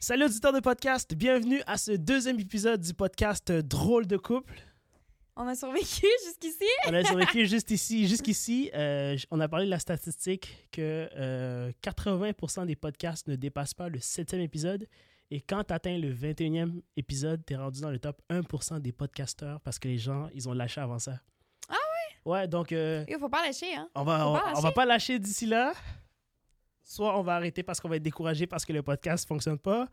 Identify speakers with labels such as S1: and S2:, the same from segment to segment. S1: Salut auditeurs de podcast, bienvenue à ce deuxième épisode du podcast Drôle de couple.
S2: On a survécu jusqu'ici.
S1: On a survécu juste ici, jusqu'ici. euh, j- on a parlé de la statistique que euh, 80% des podcasts ne dépassent pas le septième épisode. Et quand tu atteins le 21e épisode, tu es rendu dans le top 1% des podcasteurs parce que les gens, ils ont lâché avant ça.
S2: Ah
S1: oui? Ouais, donc euh,
S2: Il faut pas lâcher, hein.
S1: on va,
S2: Faut
S1: on,
S2: pas
S1: on
S2: lâcher.
S1: va pas lâcher d'ici là. Soit on va arrêter parce qu'on va être découragé parce que le podcast fonctionne pas,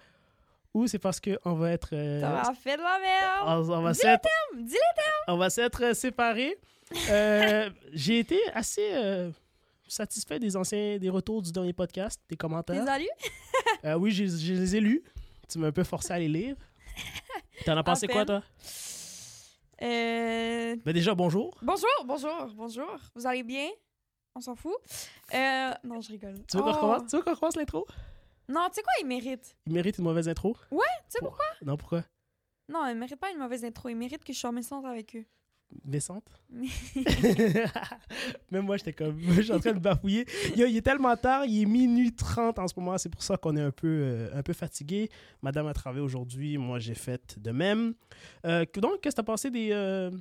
S1: ou c'est parce qu'on va être. euh,
S2: T'as fait de la merde.
S1: on, on va
S2: Dis
S1: s'être-
S2: Dis le
S1: on va s'être euh, séparés. Euh, J'ai été assez euh, satisfait des anciens des retours du dernier podcast, des commentaires.
S2: les a lus.
S1: Euh, oui, je, je les ai lus. Tu m'as un peu forcé à les lire. T'en as pensé
S2: peine.
S1: quoi, toi?
S2: Euh,
S1: Ben déjà, bonjour.
S2: Bonjour, bonjour, bonjour. Vous allez bien? On s'en fout. Euh, Non, je rigole.
S1: Tu veux qu'on
S2: Oh.
S1: recommence, tu veux qu'on recommence l'intro?
S2: Non, tu sais quoi, il mérite.
S1: Il mérite une mauvaise intro.
S2: Ouais, tu sais
S1: Pour- Non, pourquoi?
S2: Non, il mérite pas une mauvaise intro. Il mérite que je sois en méchante avec eux.
S1: Descente. Même moi, j'étais comme. Je suis en train de bafouiller. Yo, il est tellement tard, il est minuit 30 en ce moment. C'est pour ça qu'on est un peu, euh, un peu fatigué. Madame a travaillé aujourd'hui. Moi, j'ai fait de même. Euh, que- donc, qu'est-ce que t'as pensé des. euh,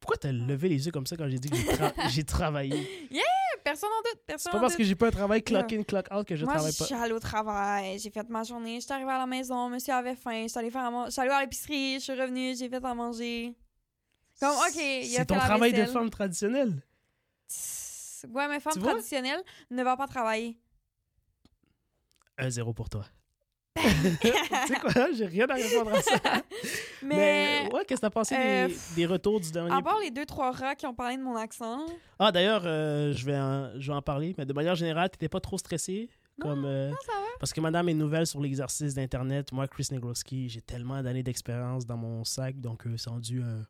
S1: Pourquoi t'as levé les yeux comme ça quand j'ai dit que j'ai, tra- j'ai travaillé?
S2: Eh, Personne en doute,
S1: C'est
S2: personne
S1: pas
S2: en
S1: parce que
S2: doute.
S1: j'ai pas un travail clock in, clock out que je
S2: Moi,
S1: travaille
S2: je
S1: pas.
S2: suis allée au travail, j'ai fait ma journée, je suis arrivée à la maison, monsieur avait faim, je suis allée, faire à man- je suis allée à l'épicerie, je suis revenue, j'ai fait à manger. Comme, OK, il a
S1: C'est
S2: fait
S1: ton
S2: la
S1: travail de
S2: vaisselle.
S1: femme traditionnelle.
S2: Tss, Ouais, mais femme
S1: Tu vois?
S2: traditionnelle ne va pas travailler.
S1: Un zéro pour toi. tu sais quoi? J'ai rien à répondre à ça.
S2: Mais,
S1: Mais, ouais, qu'est-ce que t'as pensé
S2: euh, ah
S1: des, des retours du dernier
S2: à part les deux, trois rats qui ont parlé de mon accent,
S1: Ah, d'ailleurs, euh, je, vais en, je vais en parler, mais de manière générale, t'étais pas trop stressé. Comme, euh,
S2: ça va.
S1: Parce que madame est nouvelle sur l'exercice d'Internet. Moi, Chris Negroski, j'ai tellement d'années d'expérience dans mon sac, donc euh, c'est rendu euh,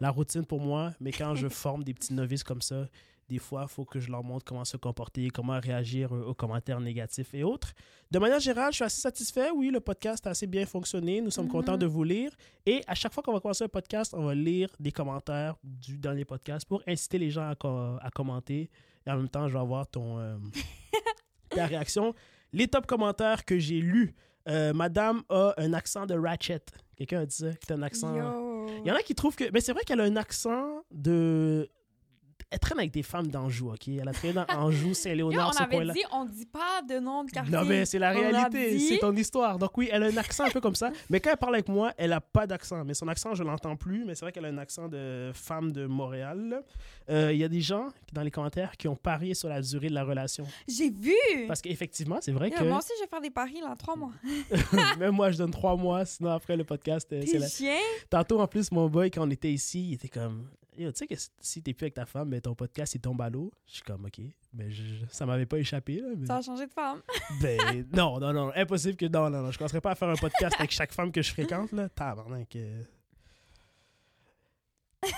S1: la routine pour moi. Mais quand je forme des petits novices comme ça, des fois, il faut que je leur montre comment se comporter, comment réagir euh, aux commentaires négatifs et autres. De manière générale, je suis assez satisfait. Oui, le podcast a assez bien fonctionné. Nous sommes
S2: Mhm.
S1: contents de vous lire. Et à chaque fois qu'on va commencer un podcast, on va lire des commentaires du dernier podcast pour inciter les gens à, co- à commenter. Et en même temps, je vais avoir ton, euh, ta réaction. Les top commentaires que j'ai lus. Euh, Madame a un accent de Ratchet. Quelqu'un a dit ça, que t'as un accent...
S2: yo.
S1: Il y en a qui trouvent que. Mais c'est vrai qu'elle a un accent de. Elle traîne avec des femmes d'Anjou, OK? Elle a traîné dans Anjou,
S2: Yo,
S1: Saint-Léonard,
S2: on
S1: ce
S2: avait
S1: coin-là.
S2: dit, on dit pas de nom de quartier.
S1: Non, mais c'est la
S2: On l'a
S1: réalité,
S2: dit.
S1: c'est ton histoire. Donc, oui, elle a un accent un peu comme ça. Mais quand elle parle avec moi, elle a pas d'accent. Mais son accent, je l'entends plus. Mais c'est vrai qu'elle a un accent de femme de Montréal. Euh, Il y a des gens qui, dans les commentaires qui ont parié sur la durée de la relation.
S2: J'ai vu.
S1: Parce qu'effectivement, c'est vrai
S2: Yo,
S1: que
S2: Moi aussi, je vais faire des paris dans trois mois.
S1: même moi, je donne trois mois, sinon après le podcast, euh, c'est
S2: T'es
S1: la,
S2: chien.
S1: Tantôt, en plus, mon boy, quand on était ici, il était comme Yo, Tu sais que si t'es plus avec ta femme, mais ton podcast, il tombe à l'eau. Je suis comme Ok, mais je- ça m'avait pas échappé. là, mais-
S2: Ça a changé de femme.
S1: Ben, non, non, non, impossible que. Non, non, non, je commencerai pas à faire un podcast avec chaque femme que je fréquente. là. Tabarnak. euh.
S2: Yo,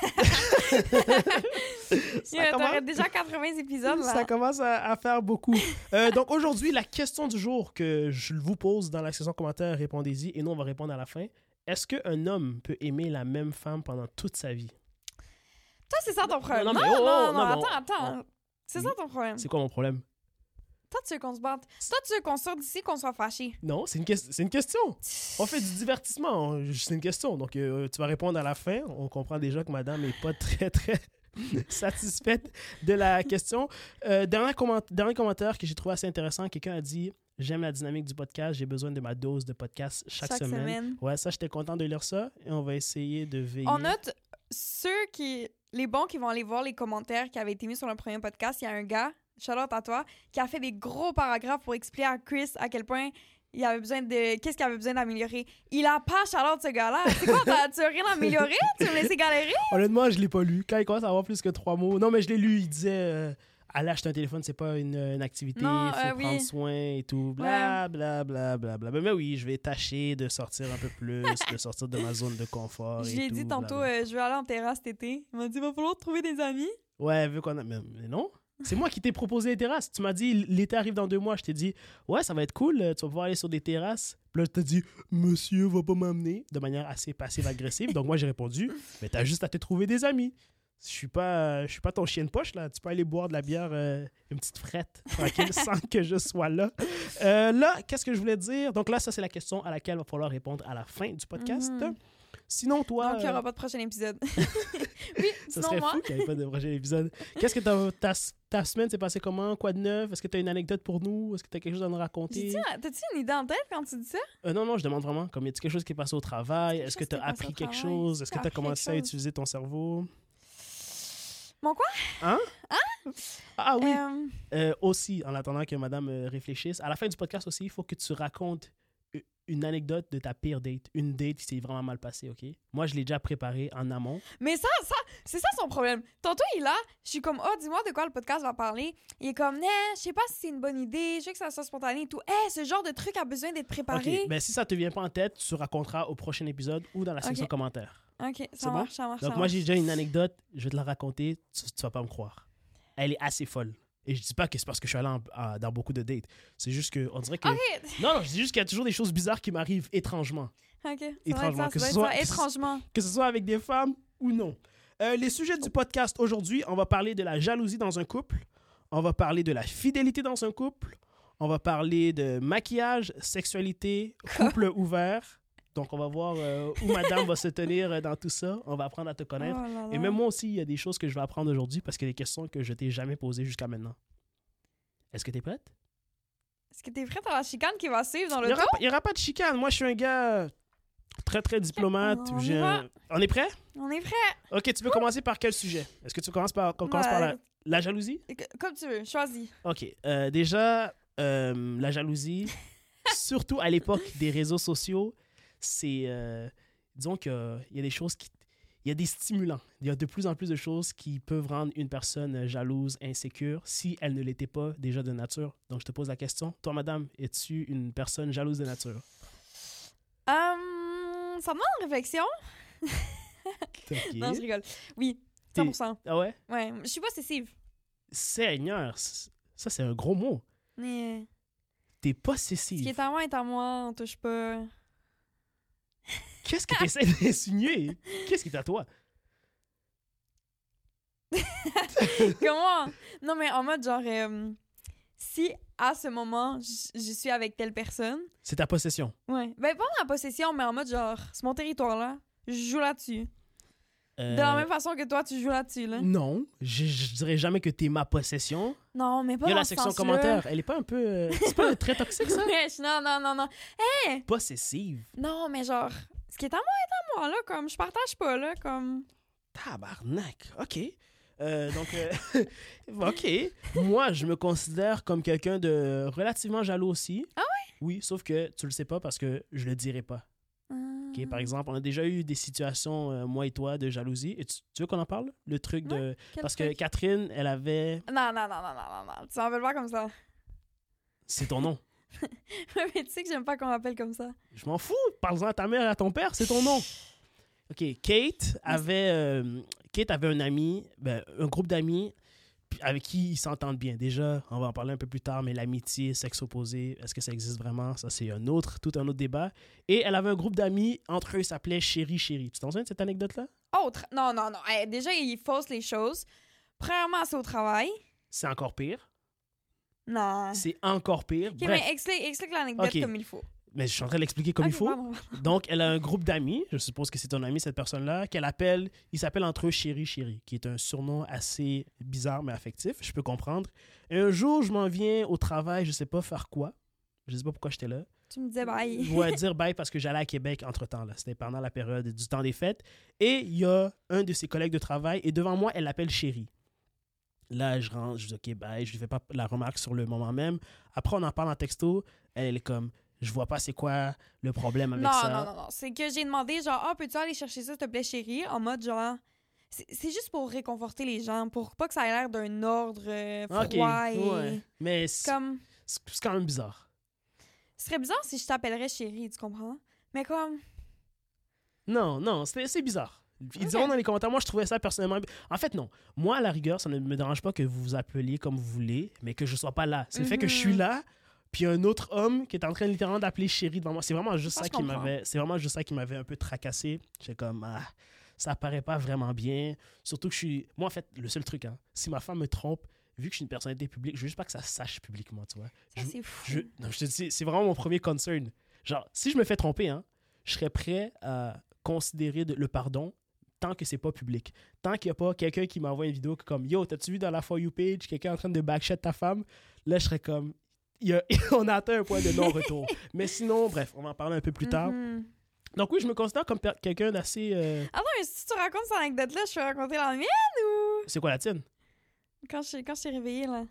S1: ça, commence,
S2: T'aurais déjà 80 épisodes, là.
S1: ça commence à, à faire beaucoup. Euh, donc aujourd'hui, la question du jour que je vous pose dans la section commentaires, répondez-y et nous, on va répondre à la fin. Est-ce qu'un homme peut aimer la même femme pendant toute sa vie?
S2: Toi, c'est ça ton problème.
S1: non,
S2: Non,
S1: mais
S2: non,
S1: oh, oh,
S2: non,
S1: non, mais on-
S2: attends, attends. C'est ça ton problème.
S1: C'est quoi mon problème?
S2: Toi, tu veux qu'on se batte. Toi, tu veux qu'on sorte d'ici, qu'on soit fâché.
S1: Non, c'est une, ques- c'est une question. On fait du divertissement, on- c'est une question. Donc, euh, tu vas répondre à la fin. On comprend déjà que madame n'est pas très, très satisfaite de la question. Euh, dernier, comment- dernier commentaire que j'ai trouvé assez intéressant, quelqu'un a dit « J'aime la dynamique du podcast, j'ai besoin de ma dose de podcast chaque, semaine. Ouais, ça, j'étais content de lire ça et on va essayer de veiller.
S2: On note ceux qui. Les bons qui vont aller voir les commentaires qui avaient été mis sur le premier podcast. Il y a un gars, Charlotte à toi, qui a fait des gros paragraphes pour expliquer à Chris à quel point il avait besoin de. Qu'est-ce qu'il avait besoin d'améliorer. Il a pas Charlotte, ce gars-là. C'est quoi, t'as- tu as rien amélioré? Tu me laissais galérer?
S1: Honnêtement, je l'ai pas lu. Quand il commence à avoir plus que trois mots. Non, mais je l'ai lu. Il disait euh, Allez acheter un téléphone, c'est pas une, une activité. Il faut
S2: Non, euh, oui.
S1: prendre soin et tout. Bla, bla, bla, bla, bla. Mais, mais oui, je vais tâcher de sortir un peu plus, de sortir de ma zone de confort.
S2: Je
S1: et
S2: l'ai
S1: tout,
S2: dit
S1: bla,
S2: tantôt,
S1: bla.
S2: euh, je vais aller en terrasse cet été. Il m'a dit, va falloir trouver des amis.
S1: Ouais, vu qu'on a. Mais, mais non. C'est moi qui t'ai proposé les terrasses. Tu m'as dit l'été arrive dans deux mois. Je t'ai dit ouais, ça va être cool. euh, Tu vas pouvoir aller sur des terrasses. Puis là, je t'ai dit monsieur va pas m'amener de manière assez passive agressive. Donc moi j'ai répondu mais t'as juste à te trouver des amis. Je suis pas, je suis pas ton chien de poche, là. Tu peux aller boire de la bière, euh, une petite frette, tranquille, sans que je sois là. Euh, là, qu'est-ce que je voulais dire? Donc là, ça, c'est la question à laquelle il va falloir répondre à la fin du podcast.
S2: Mhm.
S1: Sinon, toi...
S2: Donc, il n'y
S1: euh,
S2: aura pas de prochain épisode. oui,
S1: Ça
S2: sinon,
S1: serait
S2: moi.
S1: fou qu'il n'y ait pas de prochain épisode. Qu'est-ce que ta, ta, ta semaine s'est passée comment? Quoi de neuf? Est-ce que tu as une anecdote pour nous? Est-ce que tu as quelque chose à nous raconter?
S2: J'ai-tu- T'as-tu une idée en tête quand tu dis ça?
S1: Euh, non, non, je demande vraiment. Comme, y a t quelque chose qui est passé au travail?
S2: Quelque
S1: Est-ce que
S2: chose
S1: tu
S2: qui
S1: as
S2: est passé
S1: appris
S2: au
S1: quelque
S2: travail.
S1: chose? Est-ce que
S2: T'as
S1: tu as
S2: appris
S1: commencé à
S2: quelque chose.
S1: utiliser ton cerveau? Hein?
S2: Mon quoi? Hein?
S1: Ah oui!
S2: Euh,
S1: Euh, aussi, en attendant que madame euh, réfléchisse, à la fin du podcast aussi, il faut que tu racontes u- une anecdote de ta pire date. Une date qui s'est vraiment mal passée, OK? Moi, je l'ai déjà préparée en amont.
S2: Mais ça, ça, c'est ça son problème. Tantôt, il est là, je suis comme, oh, dis-moi de quoi le podcast va parler. Il est comme, eh, je sais pas si c'est une bonne idée, je sais que ça soit spontané et tout. Eh, ce genre de truc a besoin d'être préparé.
S1: OK, mais si ça te vient pas en tête, tu raconteras au prochain épisode ou dans la section
S2: OK.
S1: commentaires.
S2: Ok,
S1: C'est
S2: ça
S1: bon?
S2: marche, ça marche.
S1: ben, Donc
S2: ça
S1: moi
S2: marche.
S1: j'ai déjà une anecdote, je vais te la raconter, tu, tu vas pas me croire. Elle est assez folle. Et je dis pas que c'est parce que je suis allé en- en- dans beaucoup de dates. C'est juste que on dirait que
S2: Ok,
S1: non non, je dis juste qu'il y a toujours des choses bizarres qui m'arrivent étrangement,
S2: ok. ça doit être
S1: Étrangement,
S2: ça,
S1: que
S2: ça
S1: ce
S2: doit être
S1: soit-
S2: ça, étrangement.
S1: que ce soit avec des femmes ou non. Euh, les sujets du podcast aujourd'hui, on va parler de la jalousie dans un couple, on va parler de la fidélité dans un couple, on va parler de maquillage, sexualité, couple ouvert. Donc on va voir euh, où madame va se tenir euh, dans tout ça, on va apprendre à te connaître.
S2: Oh là
S1: Et
S2: là.
S1: même moi aussi, il y a des choses que je vais apprendre aujourd'hui parce que des questions que je t'ai jamais posées jusqu'à maintenant. Est-ce que t'es prête?
S2: Est-ce que t'es prête à la chicane qui va suivre dans
S1: Il
S2: le
S1: n'y
S2: tour?
S1: aura, pas- il y aura pas de chicane. Moi, je suis un gars très, très diplomate.
S2: On y
S1: J'ai un-
S2: va.
S1: On est prêt?
S2: On est prêts.
S1: Ok, tu veux commencer par quel sujet? Est-ce que tu commences par, qu'on commence par la,
S2: Ouais.
S1: la jalousie?
S2: euh, Que- Comme tu veux, choisis.
S1: Ok. euh, déjà, euh, la jalousie, surtout à l'époque des réseaux sociaux, c'est. euh, disons qu'il y a des choses qui. Il y a des stimulants. Il y a de plus en plus de choses qui peuvent rendre une personne jalouse, insécure, si elle ne l'était pas déjà de nature. Donc, je te pose la question. Toi, madame, es-tu une personne jalouse de nature?
S2: Hum, ça me demande une réflexion.
S1: Ok.
S2: Non, je rigole. Oui,
S1: T'es-
S2: 100%.
S1: Ah ouais?
S2: Ouais, je suis possessive.
S1: Seigneur, c- ça, c'est un gros mot.
S2: Mais.
S1: T'es
S2: Ce qui
S1: possessive.
S2: est à moi est à moi, on touche pas.
S1: Qu'est-ce que t'essaies d'insinuer? Qu'est-ce qui est à toi?
S2: Comment? Non, mais en mode genre, euh, si à ce moment, j- je suis avec telle personne,
S1: C'est ta possession.
S2: ouais. Ben, pas ma possession, mais en mode genre, c'est mon territoire-là, je joue là-dessus.
S1: Euh,
S2: De la même façon que toi, tu joues là-dessus, là.
S1: Non, je, je dirais jamais que t'es ma possession.
S2: Non, mais pas
S1: Il y a
S2: dans
S1: la
S2: ce
S1: section
S2: sens-là.
S1: commentaires. Elle est pas un peu. euh, c'est pas très toxique, ça?
S2: Wesh, non, non, non, non.
S1: Possessive.
S2: Non, mais genre, ce qui est à moi est à moi, là, comme, je partage pas, là, comme...
S1: Tabarnak. OK. Euh, donc, euh, OK. Moi, je me considère comme quelqu'un de relativement jaloux aussi. Ah oui? Oui, sauf que tu le sais pas parce que je le dirai pas.
S2: euh,
S1: OK?
S2: Mm.
S1: Par exemple, on a déjà eu des situations, euh, moi et toi, de jalousie. Et tu, tu veux qu'on en parle? Le truc de.
S2: Quel
S1: parce que
S2: truc?
S1: Catherine, elle avait.
S2: Non, non, non, non, non, non, non, tu m'en veux pas comme ça.
S1: C'est ton nom.
S2: mais tu sais que j'aime pas qu'on m'appelle comme ça.
S1: Je m'en fous. Parle-en à ta mère et à ton père, c'est ton nom. OK, Kate avait, euh, Kate avait un ami, ben, un groupe d'amis puis avec qui ils s'entendent bien. Déjà, on va en parler un peu plus tard, mais l'amitié, sexe opposé, est-ce que ça existe vraiment? Ça, c'est un autre, tout un autre débat. Et elle avait un groupe d'amis, entre eux, ils s'appelaient Chéri Chéri. Tu t'en souviens de cette anecdote-là?
S2: Autre. Non, non, non. Eh, déjà, il fausse les choses. Premièrement, c'est au travail.
S1: C'est encore pire.
S2: Non.
S1: C'est encore pire.
S2: Ah. Ok,
S1: Bref,
S2: mais Ah, explique, explique l'anecdote
S1: Ok.
S2: comme il faut.
S1: mais je suis en train de l'expliquer comme
S2: Ok,
S1: il faut.
S2: pardon.
S1: Donc, elle a un groupe d'amis, je suppose que c'est ton ami, cette personne-là, qu'elle appelle, ils s'appellent entre eux Chéri Chéri, qui est un surnom assez bizarre mais affectif, je peux comprendre. Et un jour, je m'en viens au travail, je sais pas faire quoi. Je sais pas pourquoi j'étais là.
S2: Tu me disais bye.
S1: Ouais, dire bye parce que j'allais à Québec entre-temps, là. C'était pendant la période du temps des fêtes. Et il y a un de ses collègues de travail, et devant moi, elle l'appelle Chéri. Là, je rentre, je dis OK, bye, je lui fais pas la remarque sur le moment même. Après, on en parle en texto, elle est comme... Je vois pas c'est quoi le problème avec
S2: Non,
S1: ça.
S2: non, non, non. C'est que j'ai demandé, genre, ah, peux-tu aller chercher ça, s'il te plaît, chérie? En mode, genre, c'est c'est juste pour réconforter les gens, pour pas que ça ait l'air d'un ordre euh,
S1: Ok,
S2: froid et.
S1: ouais. Mais c'est
S2: Comme.
S1: c'est- c'est quand même bizarre.
S2: Ce serait bizarre si je t'appellerais chérie, tu comprends? Mais comme.
S1: Non, non, c'est c'est bizarre. Ils
S2: Ok.
S1: diront dans les commentaires, moi je trouvais ça personnellement. En fait, non. Moi, à la rigueur, ça ne me dérange pas que vous vous appeliez comme vous voulez, mais que je sois pas là. C'est le fait que je suis
S2: Mhm.
S1: là, puis un autre homme qui est en train littéralement d'appeler chérie devant moi. C'est vraiment juste
S2: Ça,
S1: ça
S2: Ah, je
S1: qui
S2: comprends.
S1: m'avait. C'est vraiment juste ça qui m'avait un peu tracassé. J'ai comme ah, ça paraît pas vraiment bien. Surtout que je suis. Moi, en fait, le seul truc, hein, si ma femme me trompe, vu que je suis une personnalité publique, je veux juste pas que ça se sache publiquement, tu vois.
S2: Ça,
S1: Je-
S2: c'est fou.
S1: Je, non, je te dis, c'est vraiment mon premier concern. Genre, si je me fais tromper, hein, je serais prêt à considérer de- le pardon tant que c'est pas public. Tant qu'il n'y a pas quelqu'un qui m'envoie une vidéo que comme Yo, t'as-tu vu dans la For You page quelqu'un en train de backshot ta femme Là, je serais comme. Il y a- on a atteint un point de non-retour. Mais sinon, bref, on va en parler un peu plus tard.
S2: Mhm.
S1: Donc, oui, je me considère comme per- quelqu'un d'assez. euh,
S2: Attends, mais si tu racontes cette anecdote-là, je peux raconter la mienne ou.
S1: C'est quoi la tienne
S2: Quand je, quand je t'ai réveillée, là.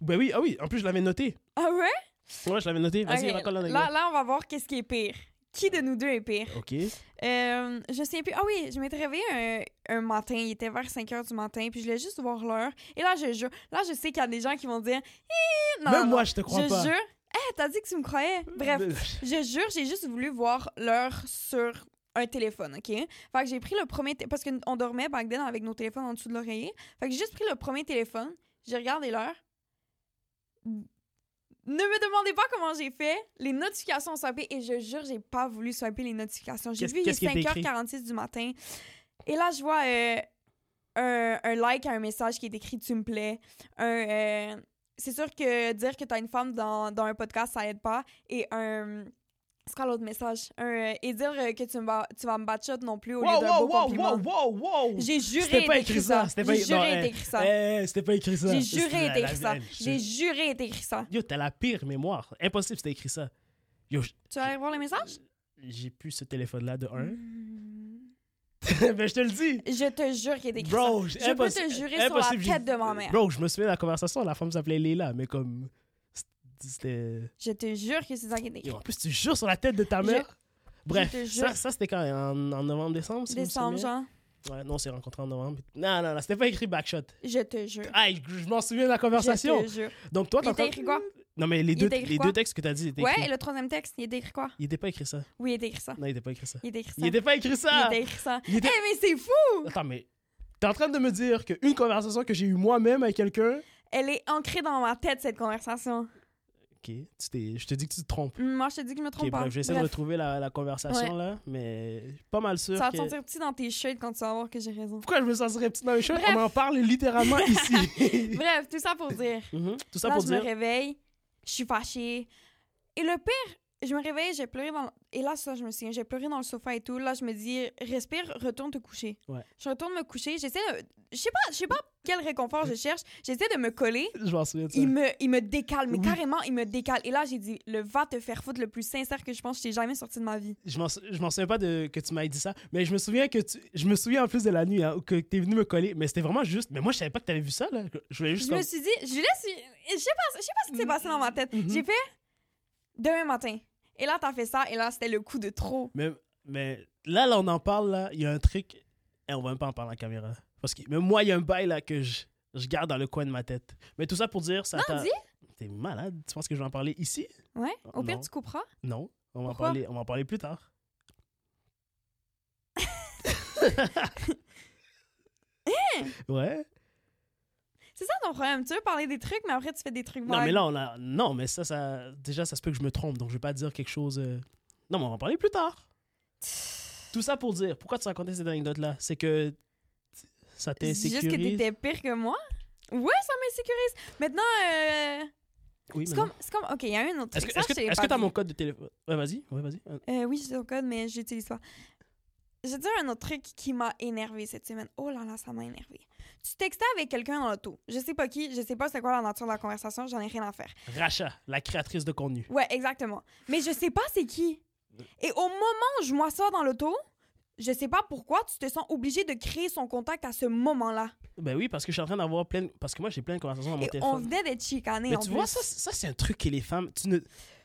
S1: Ben oui, ah oui, en plus, je l'avais noté.
S2: Ah ouais?
S1: Ouais, je l'avais noté. Vas-y,
S2: Ok,
S1: raconte l'anecdote.
S2: là, là, on va voir qu'est-ce qui est pire. Qui de nous deux est pire?
S1: Ok.
S2: Euh, je sais plus. Ah oui, je m'étais réveillée un, un matin. Il était vers 5 h du matin. Puis je voulais juste voir l'heure. Et là, je jure. Là, je sais qu'il y a des gens qui vont dire. Eh, non,
S1: Même
S2: non,
S1: moi,
S2: non.
S1: je te crois
S2: je
S1: pas.
S2: jure. Eh, t'as dit que tu me croyais. Bref, je jure, j'ai juste voulu voir l'heure sur un téléphone, OK? Fait que j'ai pris le premier... té- Parce qu'on dormait back then avec nos téléphones en dessous de l'oreiller. Fait que j'ai juste pris le premier téléphone, j'ai regardé l'heure. Ne me demandez pas comment j'ai fait. Les notifications ont swipé et je jure, j'ai pas voulu swiper les notifications. J'ai
S1: Qu'est-ce-
S2: vu, il
S1: qu'est-ce
S2: est
S1: qui était
S2: 5h46 du matin. Et là, je vois euh, un, un like à un message qui est écrit « Tu me plais ». Un, euh, c'est sûr que dire que t'as une femme dans, dans un podcast, ça aide pas. Et un... C'est quoi l'autre message? Un, euh, et dire euh, que tu, me vas- tu vas me battre non plus au lieu
S1: Wow, wow,
S2: d'un beau
S1: wow,
S2: compliment.
S1: wow, wow, wow.
S2: J'ai juré
S1: C'était pas
S2: d'écrire
S1: écrit ça, c'était pas-
S2: J'ai
S1: non,
S2: juré
S1: hey,
S2: d'écrire ça.
S1: Eh, c'était pas écrit ça.
S2: J'ai juré
S1: La- la-
S2: d'écrire ça.
S1: la-
S2: J'ai
S1: je-
S2: juré d'écrire ça.
S1: Yo, t'as la pire mémoire. Impossible, c'était écrit ça. Yo, j-
S2: Tu vas aller voir les messages?
S1: j'ai plus ce téléphone-là de 1.
S2: Mm.
S1: ben, je te le dis.
S2: Je te jure qu'il est écrit
S1: Bro,
S2: ça.
S1: j-
S2: Je peux te
S1: impossible-
S2: jurer sur la
S1: impossible, j'ai-
S2: tête de ma mère.
S1: Bro, je me souviens de la conversation, la femme s'appelait Leila, mais comme. C'était.
S2: Je te jure que c'est ça qui est écrit.
S1: Yo, en plus, tu jures sur la tête de ta
S2: Je-
S1: mère. Bref,
S2: je te jure.
S1: ça, ça c'était quand En, en novembre, décembre si vous vous
S2: Décembre,
S1: souvenez?
S2: genre.
S1: Ouais, non, on s'est rencontrés en novembre. Non, non, non, c'était pas écrit backshot.
S2: Je te jure.
S1: Ah, je je m'en souviens de la
S2: Je
S1: conversation.
S2: te jure.
S1: Donc, toi,
S2: Il
S1: t'as
S2: était
S1: encore-
S2: écrit quoi?
S1: Non, mais les,
S2: Il
S1: deux,
S2: était écrit
S1: les
S2: quoi?
S1: deux textes que t'as dit étaient
S2: Ouais,
S1: écrits.
S2: et le troisième texte, il était écrit quoi?
S1: Il était pas écrit ça.
S2: Oui, il était écrit ça.
S1: Non, il était pas écrit ça.
S2: Il était écrit ça.
S1: Il était pas écrit
S2: Il
S1: ça.
S2: était écrit ça.
S1: Il
S2: Eh,
S1: était-
S2: mais c'est fou!
S1: Attends, mais t'es en train de me dire qu'une conversation que j'ai eue moi-même avec quelqu'un.
S2: Elle est ancrée dans ma tête, cette conversation.
S1: Ok, tu t'es- je te dis que tu te trompes.
S2: Hum, Moi, je te dis que je me trompe
S1: Ok,
S2: pas.
S1: bref, j'essaie de
S2: Bref,
S1: retrouver la, la conversation là, mais pas mal sûr.
S2: ça va
S1: que-
S2: te sentir petit dans tes shirts quand tu vas voir que j'ai raison.
S1: Pourquoi je me sentirais petit dans les cheveux
S2: Bref.
S1: On en parle littéralement ici.
S2: Bref, tout ça pour dire.
S1: Mhm. Tout ça
S2: là,
S1: pour
S2: je
S1: dire.
S2: me réveille, je suis fâchée. Et le pire, je me réveille, j'ai pleuré dans... Et là, ça, je me souviens, j'ai pleuré dans le sofa et tout. Là, je me dis, respire, retourne te coucher.
S1: Ouais.
S2: Je retourne me coucher, j'essaie de... Je sais pas, je sais pas quel réconfort je cherche. J'essaie de me coller.
S1: Je m'en souviens de ça.
S2: Il me, il me décale, mais
S1: Oui.
S2: carrément, il me décale. Et là, j'ai dit, le va te faire foutre le plus sincère que je pense que je t'ai jamais sorti de ma vie.
S1: Je m'en sou- je m'en souviens pas de, que tu m'avais dit ça, mais je me souviens que tu, je me souviens en plus de la nuit hein, où que t'es venu me coller, mais c'était vraiment juste. Mais moi je savais pas que t'avais vu ça là. Je voulais juste.
S2: Je me
S1: comme-
S2: suis dit, je laisse. Je sais pas, je sais pas ce qui s'est passé dans ma tête.
S1: Mhm.
S2: J'ai fait demain matin. Et là, t'as fait ça, et là, c'était le coup de trop.
S1: Mais, mais là, là, on en parle, là, il y a un truc, et on va même pas en parler en caméra. Parce que même moi, il y a un bail là que je, je garde dans le coin de ma tête. Mais tout ça pour dire, ça
S2: Non,
S1: t'a-
S2: dis.
S1: T'es malade, tu penses que je vais en parler ici?
S2: Ouais, au pire,
S1: Non.
S2: tu couperas.
S1: Non, on va, en
S2: Pourquoi?
S1: parler, on va en parler plus tard. ouais.
S2: C'est ça ton problème. Tu veux parler des trucs, mais après, tu fais des trucs
S1: Non,
S2: vagues.
S1: mais là, on a. Non, mais ça, ça. Déjà, ça se peut que je me trompe, donc je vais pas dire quelque chose. euh, Non, mais on va en parler plus tard. Tout ça pour dire, pourquoi tu racontais cette anecdote-là? C'est que t- ça
S2: C'est juste que
S1: t'insécurise.
S2: t'étais pire que moi. Ouais, ça m'insécurise. Maintenant, euh,
S1: Oui,
S2: c'est
S1: mais non.
S2: comme, c'est comme. Ok, il y a un autre
S1: Est-ce
S2: truc.
S1: que
S2: Ça,
S1: est-ce que-
S2: je t'ai
S1: est-ce
S2: pas
S1: que t'as
S2: dit.
S1: mon code de téléphone? Ouais, vas-y, ouais, vas-y. Euh,
S2: Euh, oui, j'ai ton code, mais je l'utilise pas. Je vais te dire un autre truc qui m'a énervé cette semaine. Oh là là, ça m'a énervé. Tu textais avec quelqu'un dans l'auto. Je sais pas qui, je sais pas c'est quoi la nature de la conversation, j'en ai rien à faire.
S1: Racha, la créatrice de contenu.
S2: Ouais, exactement. Mais je sais pas c'est qui. Et au moment où je m'assois dans l'auto, je sais pas pourquoi tu te sens obligé de créer son contact à ce moment-là.
S1: Ben oui, parce que je suis en train d'avoir plein. de- Parce que moi, j'ai plein de conversations dans mon
S2: Et on
S1: téléphone.
S2: venait d'être chicanés
S1: Mais
S2: en
S1: tu
S2: plus.
S1: vois, ça, ça c'est un truc que les femmes. Tu ne...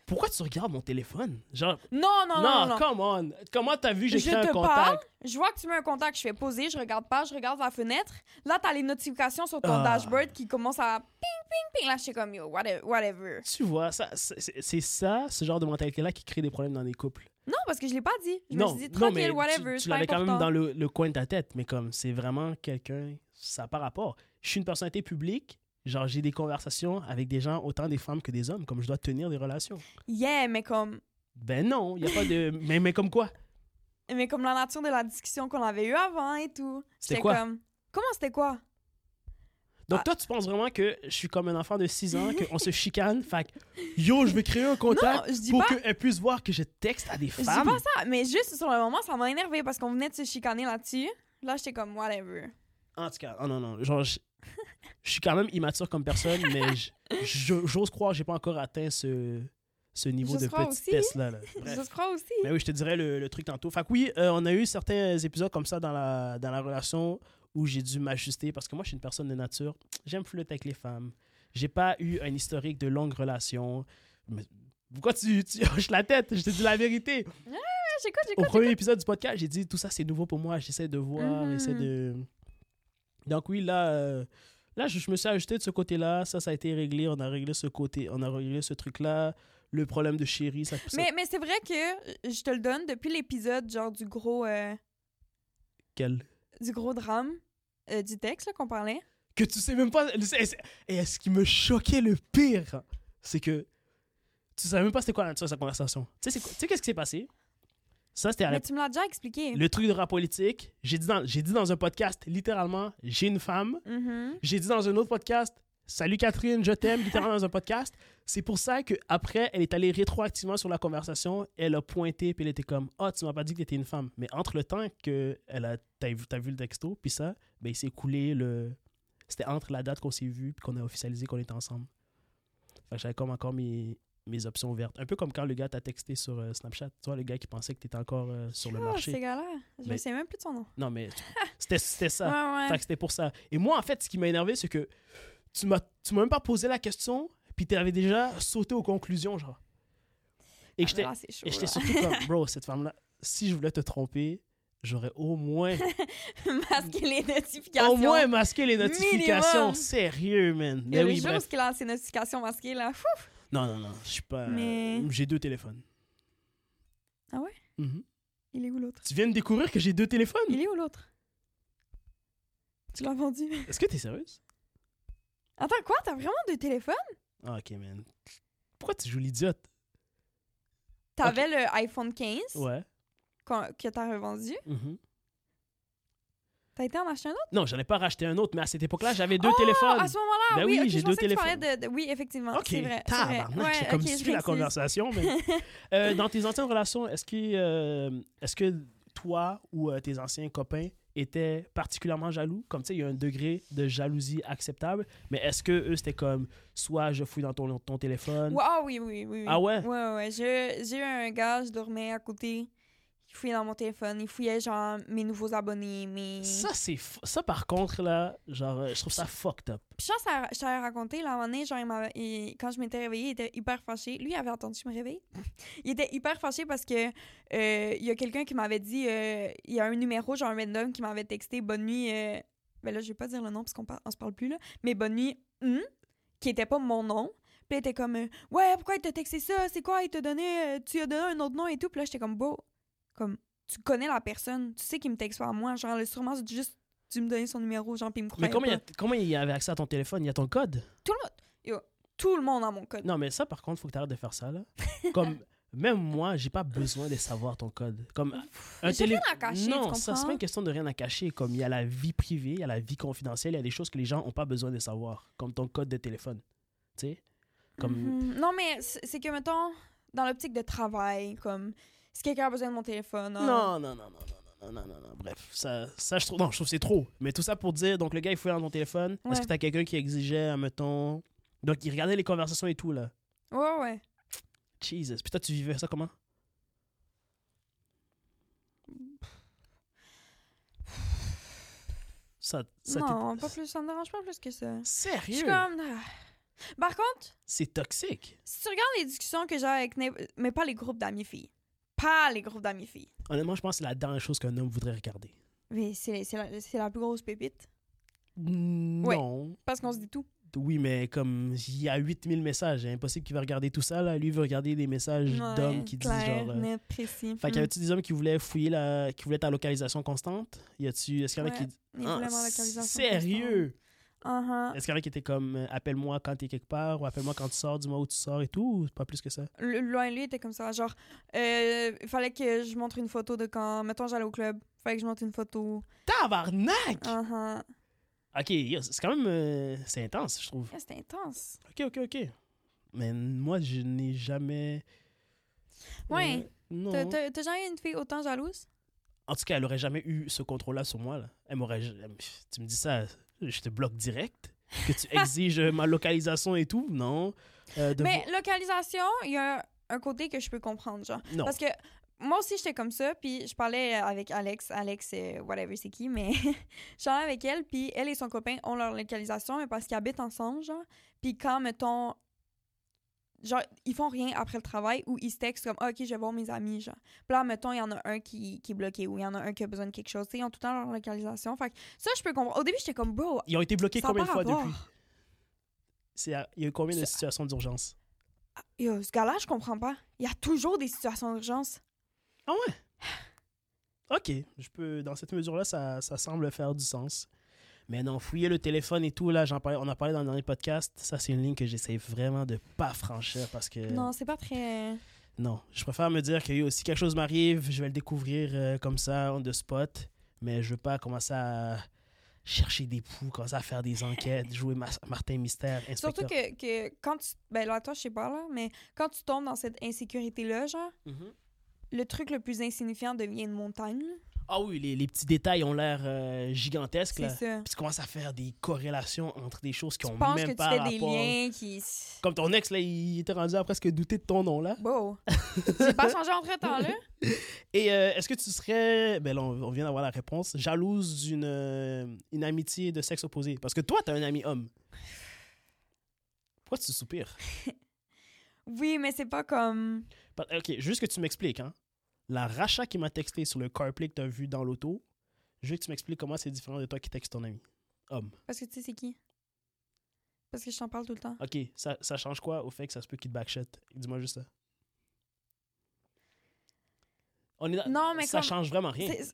S1: Pourquoi tu regardes mon téléphone? Genre,
S2: Non, non,
S1: non,
S2: non, non. non.
S1: come on. Comment t'as vu, j'ai
S2: Je
S1: créé un
S2: te
S1: contact?
S2: parle, Je vois que tu mets un contact, je fais poser, je regarde pas, je regarde la fenêtre. Là, t'as les notifications sur ton
S1: Ah.
S2: dashboard qui commencent à ping, ping, ping. Là, je suis comme yo, whate- whatever.
S1: Tu vois, ça, c'est- c'est c'est ça, ce genre de mentalité-là qui crée des problèmes dans les couples.
S2: Non, parce que je l'ai pas dit. Je me
S1: non,
S2: suis dit
S1: non, mais
S2: tranquille, whatever.
S1: tu,
S2: c'est
S1: tu
S2: pas
S1: l'avais quand même
S2: important.
S1: dans le, le coin de ta tête, mais comme c'est vraiment quelqu'un, ça par rapport. Je suis une personnalité publique, genre j'ai des conversations avec des gens, autant des femmes que des hommes, comme je dois tenir des relations.
S2: Yeah, mais comme.
S1: Ben non, il n'y a pas de. mais, mais comme quoi?
S2: Mais comme la nature de la discussion qu'on avait eue avant et tout.
S1: C'était
S2: J'étais
S1: quoi?
S2: comme, Comment c'était quoi?
S1: Donc,
S2: Ah.
S1: toi, tu penses vraiment que je suis comme un enfant de 6 ans, qu'on se chicane, fait que, yo, je vais créer un contact
S2: Non, je dis
S1: pour
S2: pas-
S1: qu'elle puisse voir que je texte à des
S2: Je dis
S1: femmes.
S2: pas ça, mais juste sur le moment, ça m'a énervé parce qu'on venait de se chicaner là-dessus. Là, j'étais comme, whatever.
S1: En tout cas, oh non, non, non. Genre, je, je suis quand même immature comme personne, mais je- je- j'ose croire que j'ai pas encore atteint ce, ce niveau
S2: J'ose
S1: de
S2: croire aussi.
S1: petitesse-là. là. Bref.
S2: Je crois aussi.
S1: Mais oui, je te dirais le, le truc tantôt. Fait que oui, euh, on a eu certains épisodes comme ça dans la, dans la relation où j'ai dû m'ajuster parce que moi, je suis une personne de nature. J'aime flirter avec les femmes. J'ai pas eu un historique de longue relation. Mais pourquoi tu, tu hoches la tête? Je te dis la vérité.
S2: Ouais, Ah, j'écoute,
S1: Au
S2: j'écoute.
S1: premier épisode du podcast, j'ai dit tout ça, c'est nouveau pour moi. J'essaie de voir,
S2: Mhm.
S1: j'essaie de. Donc oui, là. euh, Là, je, je me suis ajusté de ce côté-là. Ça, ça a été réglé. On a réglé ce côté, on a réglé ce truc-là. Le problème de chérie, ça. ça-
S2: Mais, mais c'est vrai que euh, je te le donne depuis l'épisode genre du gros euh,
S1: Quel-
S2: du gros drame euh, du texte là, qu'on parlait.
S1: que tu sais même pas. Et ce qui me choquait le pire, c'est que tu savais même pas c'était quoi la nature de sa conversation. Tu sais, c'est quoi- tu sais qu'est-ce qui s'est passé? Ça, c'était à la-
S2: Mais tu me l'as déjà expliqué.
S1: le truc de rap politique. J'ai dit, dans, j'ai dit dans un podcast, littéralement, j'ai une femme.
S2: Mhm.
S1: J'ai dit dans un autre podcast, salut Catherine, je t'aime, littéralement dans un podcast. C'est pour ça qu'après, elle est allée rétroactivement sur la conversation, elle a pointé, puis elle était comme, ah, tu m'as pas dit que t'étais une femme. Mais entre le temps que elle a, t'as, vu, t'as vu le texto, puis ça, ben, il s'est coulé le. C'était entre la date qu'on s'est vu, puis qu'on a officialisé qu'on était ensemble. Fait que j'avais comme encore mes, mes options ouvertes. Un peu comme quand le gars t'a texté sur euh, Snapchat, tu vois, le gars qui pensait que t'étais encore euh, sur le
S2: Ah,
S1: marché.
S2: ces gars-là. Je
S1: Mais-
S2: me sais même plus de son nom.
S1: Non, mais c'était, c'était ça.
S2: Ouais,
S1: Fait
S2: ouais.
S1: que c'était pour ça. Et moi, en fait, ce qui m'a énervé, c'est que tu m'as tu m'as même pas posé la question, puis tu avais déjà sauté aux conclusions, genre. Et que
S2: Ah,
S1: j'étais
S2: là, c'est chaud,
S1: et j'étais
S2: là.
S1: surtout comme, bro, cette femme-là, si je voulais te tromper, j'aurais au moins,
S2: Masquer les notifications.
S1: au moins masqué les notifications.
S2: Minimum.
S1: Sérieux, man.
S2: Il y
S1: Mais
S2: a des
S1: oui,
S2: choses
S1: bref.
S2: qu'il a ses notifications masquées là. Fou.
S1: Non, non, non, je suis pas.
S2: Mais-
S1: J'ai deux téléphones.
S2: Ah ouais?
S1: Mhm.
S2: Il est où l'autre
S1: Tu viens de découvrir que j'ai deux téléphones?
S2: Il est où l'autre Tu l'as vendu.
S1: Est-ce que t'es sérieuse?
S2: Attends, quoi T'as vraiment deux téléphones
S1: Ah, ok, man. Pourquoi tu joues l'idiote?
S2: T'avais le iPhone 15
S1: Ouais.
S2: qu'on- que t'as revendu.
S1: Mhm.
S2: T'as été en acheter un autre
S1: Non, j'en ai pas racheté un autre, mais à cette époque-là, j'avais deux
S2: Oh,
S1: téléphones.
S2: À ce moment-là,
S1: Ben
S2: oui,
S1: oui, j'ai
S2: ok, je
S1: deux
S2: pensais que tu parlais de, de- Oui, effectivement.
S1: Ok,
S2: c'est vrai. c'est vrai.
S1: tabarnak, j'ai
S2: Ouais,
S1: comme
S2: ok, je
S1: suivi la
S2: m'excuse.
S1: conversation. Mais... Euh, dans tes anciennes relations, est-ce que, euh, est-ce que toi ou euh, tes anciens copains étaient particulièrement jaloux? Comme tu sais, il y a un degré de jalousie acceptable, mais est-ce que eux, c'était comme soit je fouille dans ton, ton téléphone?
S2: Ouais, ah oui, oui, oui, oui.
S1: Ah ouais?
S2: Ouais, ouais, ouais. Je- J'ai eu un gars, je dormais à côté. Il fouillait dans mon téléphone. Il fouillait, genre, mes nouveaux abonnés, mes...
S1: Ça, c'est f- ça, par contre, là, genre, euh, je trouve ça fucked up.
S2: Puis je pense que ça- je t'avais raconté, là, à un moment donné, genre, il m'avait- il- quand je m'étais réveillée, il était hyper fâché. Lui, il avait attendu que je me réveille. il était hyper fâché parce que euh, il y a quelqu'un qui m'avait dit, euh, il y a un numéro, genre un random, qui m'avait texté « Bonne nuit euh, Ben là, je vais pas dire le nom parce qu'on par- on se parle plus, là. Mais « Bonne nuit, hum, qui était pas mon nom. Puis il était comme euh, Ouais, pourquoi il t'a texté ça? C'est quoi? Il t'a donné... euh, tu lui as donné un autre nom et tout. » Puis là, j'étais comme « Beau, comme, tu connais la personne. Tu sais qu'il me texte pas à moi. Genre, là, sûrement, c'est juste... Tu me donnais son numéro, genre, puis il me
S1: Mais
S2: croyait
S1: comment
S2: pas.
S1: il, y a- comment il y avait accès à ton téléphone? Il y a ton code?
S2: Tout le monde. Yo, tout le monde a mon code.
S1: Non, mais ça, par contre, faut que tu arrêtes de faire ça, là. Comme, même moi, j'ai pas besoin de savoir ton code. Comme, un
S2: J'ai
S1: télé-
S2: rien à cacher, tu
S1: Non,
S2: comprends?
S1: ça, c'est pas une question de rien à cacher. Comme il y a la vie privée, il y a la vie confidentielle, il y a des choses que les gens n'ont pas besoin de savoir, comme ton code de téléphone. Tu sais? Comme.
S2: Mhm. Non, mais c'est c'est que, mettons, dans l'optique de travail, comme, si quelqu'un a besoin de mon téléphone, hein,
S1: Non, non, non, non, non, non, non, non, non. Bref, ça, ça je trouve. Non, je trouve que c'est trop. Mais tout ça pour dire, donc le gars, il fouillait dans ton téléphone. Est-ce
S2: Ouais.
S1: que t'as quelqu'un qui exigeait, mettons. Donc il regardait les conversations et tout, là.
S2: Ouais, ouais.
S1: Jesus. Puis toi, tu vivais ça comment? Ça, ça t'est-
S2: non, pas plus, ça me dérange pas plus que ça. Je suis
S1: Sérieux?
S2: comme. ah. Par contre,
S1: C'est toxique.
S2: si tu regardes les discussions que j'ai avec. n'im- Mais pas les groupes d'amis filles. Pas les groupes d'amis filles.
S1: Honnêtement, je pense que c'est la dernière chose qu'un homme voudrait regarder.
S2: Mais c'est c'est la, c'est la plus grosse pépite. Ouais.
S1: Non.
S2: Parce qu'on se dit tout.
S1: Oui, mais comme il y a 8000 messages, c'est impossible qu'il va regarder tout ça. Là. Lui, il veut regarder les messages
S2: Ouais,
S1: d'hommes qui disent
S2: clair, mm.
S1: genre. euh,
S2: net, précis. Hmm.
S1: Fait qu'il y avait-tu des hommes qui voulaient fouiller la... qui voulaient ta localisation constante? Y a-tu... Est-ce qu'il y en a
S2: Ouais,
S1: qui...
S2: Mm. Il voulait
S1: Ah,
S2: ma localisation
S1: sérieux?
S2: Uh-huh.
S1: Est-ce qu'il y en a qui étaient comme euh, appelle-moi quand t'es quelque part ou appelle-moi quand tu sors, dis-moi où tu sors et tout, ou pas plus que ça?
S2: Le- Loin lui était comme ça. Genre, euh, il fallait que je montre une photo de quand. Mettons, j'allais au club. Fallait que je montre une photo.
S1: Tabarnak!
S2: Uh-huh.
S1: Ok, yo, c'est quand même. euh, c'est intense, je trouve.
S2: Yeah, Ah, C'était intense.
S1: Ok, ok, ok. Mais moi, je n'ai jamais.
S2: Ouais.
S1: Euh, non.
S2: T'as- T'as t'as jamais eu une fille autant jalouse?
S1: En tout cas, elle aurait jamais eu ce contrôle-là sur moi. Là. Elle m'aurait. elle- Tu me dis ça, je te bloque direct. Que tu exiges ma localisation et tout. Non. Euh, de
S2: Mais localisation, il y a un, un côté que je peux comprendre, genre.
S1: Non.
S2: Parce que moi aussi, j'étais comme ça, puis je parlais euh, avec Alex. Alex, euh, whatever c'est qui, mais je parlais avec elle, puis elle et son copain ont leur localisation, mais parce qu'ils habitent ensemble, genre. Puis quand, mettons, genre, ils font rien après le travail ou ils se textent comme, Ah, OK, je vais voir mes amis, genre. Puis là, mettons, il y en a un qui, qui est bloqué ou il y en a un qui a besoin de quelque chose. Tu sais, ils ont tout le temps leur localisation. Fait que ça, je peux comprendre. Au début, j'étais comme, bro,
S1: Ils ont été bloqués
S2: Ça a
S1: combien de
S2: pas
S1: fois
S2: rapport.
S1: depuis C'est à- Il y a eu combien de
S2: Ça-
S1: situations d'urgence
S2: yo, ce gars-là, je comprends pas. Il y a toujours des situations d'urgence.
S1: Ah ouais Ok, je peux. Dans cette mesure-là, ça, ça semble faire du sens. Mais non, fouiller le téléphone et tout, là, j'en parlais, on en parlait dans le dernier podcast. Ça, c'est une ligne que j'essaie vraiment de pas franchir parce que.
S2: Non, c'est pas très.
S1: Non, je préfère me dire que yo, si quelque chose m'arrive, je vais le découvrir euh, comme ça, on the spot. Mais je veux pas commencer à chercher des poux, commencer à faire des enquêtes, jouer Mas- Martin Mystère, inspecteur.
S2: Surtout que, que quand tu. Ben là, toi, je sais pas, là, mais quand tu tombes dans cette insécurité-là, genre,
S1: Mhm.
S2: le truc le plus insignifiant devient une montagne. là.
S1: Ah oui, les, les petits détails ont l'air euh, gigantesques.
S2: C'est
S1: Là.
S2: ça.
S1: Puis tu commences à faire des corrélations entre des choses qui
S2: Tu
S1: ont
S2: penses
S1: même
S2: que tu
S1: pas
S2: fais
S1: rapport.
S2: des liens qui.
S1: Comme ton ex, là, il était rendu à presque douter de ton nom, là.
S2: Wow! c'est pas changé entre temps, là?
S1: Et euh, est-ce que tu serais, ben là, on, on vient d'avoir la réponse, jalouse d'une euh, une amitié de sexe opposé? Parce que toi, t'as un ami homme. Pourquoi tu soupires?
S2: Oui, mais c'est pas comme.
S1: Pa- Ok, juste que tu m'expliques, hein. La rachat qui m'a texté sur le CarPlay que t'as vu dans l'auto, je veux que tu m'expliques comment c'est différent de toi qui texte ton ami. Homme.
S2: Parce que tu sais, c'est qui? Parce que je t'en parle tout le temps.
S1: Ok, ça, ça change quoi au fait que ça se peut qu'il te backshot? Dis-moi juste ça. On est dans-
S2: Non, mais
S1: Euh, ça
S2: comme-
S1: change vraiment rien.
S2: C'est-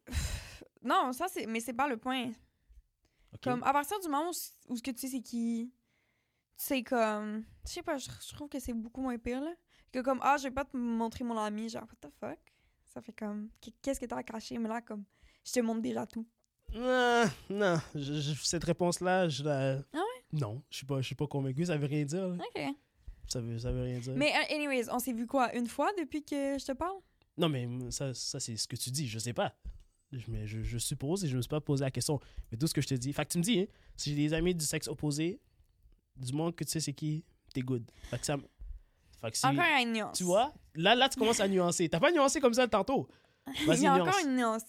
S2: Non, ça, c'est. Mais c'est pas le point.
S1: Ok.
S2: Comme, à partir du moment où, s- où ce que tu sais, c'est qui. Tu sais, comme. Je sais pas, je je trouve que c'est beaucoup moins pire, là. Que comme, ah, je vais pas te montrer mon ami, genre, what the fuck. Ça fait comme, qu- qu'est-ce que t'as à cacher, mais là, comme, je te montre déjà tout.
S1: Non, Euh, non, je- je- cette réponse-là, je la.
S2: Ah
S1: ouais? Non, je suis pas, je suis pas convaincu, ça veut rien dire. là.
S2: Ok.
S1: Ça veut, ça veut rien dire.
S2: Mais, euh, anyways, on s'est vu quoi, une fois depuis que je te parle?
S1: Non, mais mm, ça, ça c'est ce que tu dis, je sais pas. Je, mais je, je suppose et je me suis pas posé la question. Mais tout ce que je te dis. Fait que tu me dis, hein, si j'ai des amis du sexe opposé, du moins que tu sais c'est qui, t'es good. Fait que ça. m- Fait que si-
S2: Encore une nuance.
S1: Tu vois, là, là, tu commences à nuancer. T'as pas nuancé comme ça tantôt.
S2: Il
S1: Vas-y,
S2: y a
S1: nuance.
S2: encore une nuance.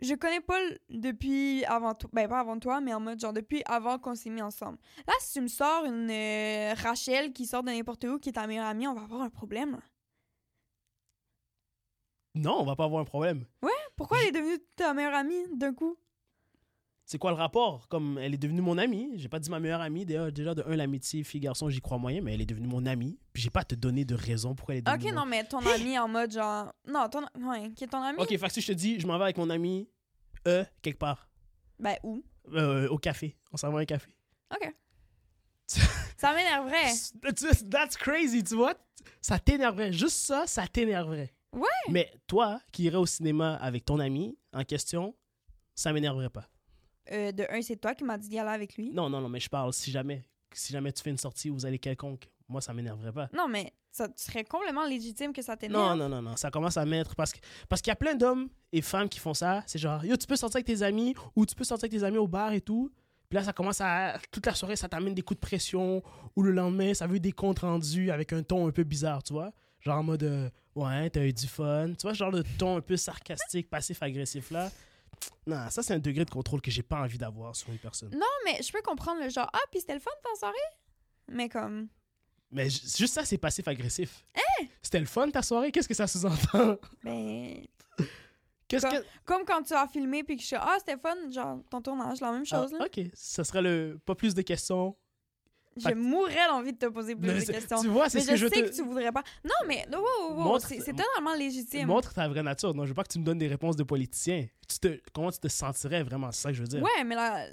S2: Je connais Paul depuis avant toi, ben pas avant toi, mais en mode genre depuis avant qu'on s'est mis ensemble. Là, si tu me sors une euh, Rachel qui sort de n'importe où, qui est ta meilleure amie, on va avoir un problème. là.
S1: Non, on va pas avoir un problème.
S2: Pourquoi elle est devenue ta meilleure amie d'un coup?
S1: C'est quoi le rapport? Comme elle est devenue mon amie, j'ai pas dit ma meilleure amie. Déjà, déjà de un, l'amitié fille-garçon, j'y crois moyen, mais elle est devenue mon amie. Puis j'ai pas à te donner de raison pourquoi elle est
S2: Ok,
S1: devenue. mon-
S2: non, mais ton ami en mode genre. Non, ton. Ouais, qui est ton ami?
S1: Ok, fait que si je te dis, je m'en vais avec mon ami E, quelque part,
S2: Ben où?
S1: euh, au café. On s'en va à un café.
S2: Ça m'énerverait.
S1: That's, that's crazy, tu vois? Ça t'énerverait. Juste ça, ça t'énerverait.
S2: Ouais.
S1: Mais toi, qui irais au cinéma avec ton ami en question, ça m'énerverait pas.
S2: Euh, de un, c'est toi qui m'as dit d'y aller avec lui.
S1: Non, non, non, mais je parle si jamais. Si jamais tu fais une sortie où vous allez quelconque, moi, ça m'énerverait pas.
S2: Non, mais ça, tu serais complètement légitime que ça
S1: Non,
S2: t'énerve.
S1: non, non, non, ça commence à mettre parce que parce qu'il y a plein d'hommes et femmes qui font ça. C'est genre, yo, tu peux sortir avec tes amis ou tu peux sortir avec tes amis au bar et tout. Puis là, ça commence à. Toute la soirée, ça t'amène des coups de pression ou le lendemain, ça veut des comptes rendus avec un ton un peu bizarre, tu vois. Genre en mode, euh, ouais, t'as eu du fun. Tu vois, ce genre de ton un peu sarcastique, passif-agressif là. Non, ça, c'est un degré de contrôle que j'ai pas envie d'avoir sur une personne.
S2: Non, mais je peux comprendre le genre. Ah, puis c'était le fun ta soirée? Mais comme.
S1: Mais ju- juste ça, c'est passif-agressif.
S2: Hein?
S1: C'était le fun ta soirée? Qu'est-ce que ça sous-entend?
S2: Ben,
S1: Qu'est-ce que.
S2: comme quand tu as filmé puis que je suis ah c'était fun genre ton tournage la même chose
S1: Ah,
S2: là.
S1: ok, ça serait le pas plus de questions.
S2: Je
S1: Fait-
S2: mourrais d'envie de te poser plus
S1: Mais
S2: de
S1: c'est-
S2: questions.
S1: Tu vois, c'est
S2: Mais
S1: ce que
S2: je
S1: je
S2: sais
S1: veux
S2: que tu voudrais pas. Non mais wow, wow, wow,
S1: Montre-
S2: c'est c'est totalement
S1: te
S2: légitime.
S1: montre ta vraie nature. Non, je veux pas que tu me donnes des réponses de politicien. Tu te comment tu te sentirais vraiment, c'est ça que je veux dire.
S2: Ouais, mais la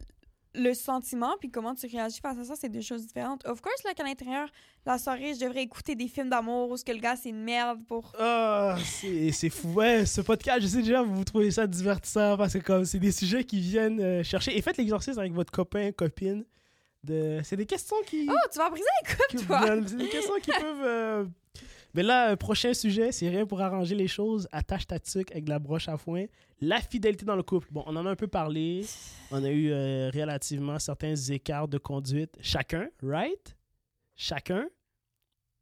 S2: le sentiment puis comment tu réagis face à ça, c'est deux choses différentes. Of course, là, qu'à l'intérieur, la soirée, je devrais écouter des films d'amour où ce que le gars, c'est une merde pour...
S1: Ah, c'est c'est fou. Ouais, ce podcast, je sais déjà, vous trouvez ça divertissant parce que comme c'est des sujets qui viennent euh, chercher. Et faites l'exercice avec votre copain, copine. De... C'est des questions qui.
S2: Oh, tu vas briser les
S1: qui-
S2: coups, toi!
S1: C'est des questions qui peuvent. euh, Mais là, euh, prochain sujet, c'est rien pour arranger les choses. Attache ta tuque avec de la broche à foin. La fidélité dans le couple. Bon, on en a un peu parlé. On a eu euh, relativement certains écarts de conduite. Chacun, right? Chacun.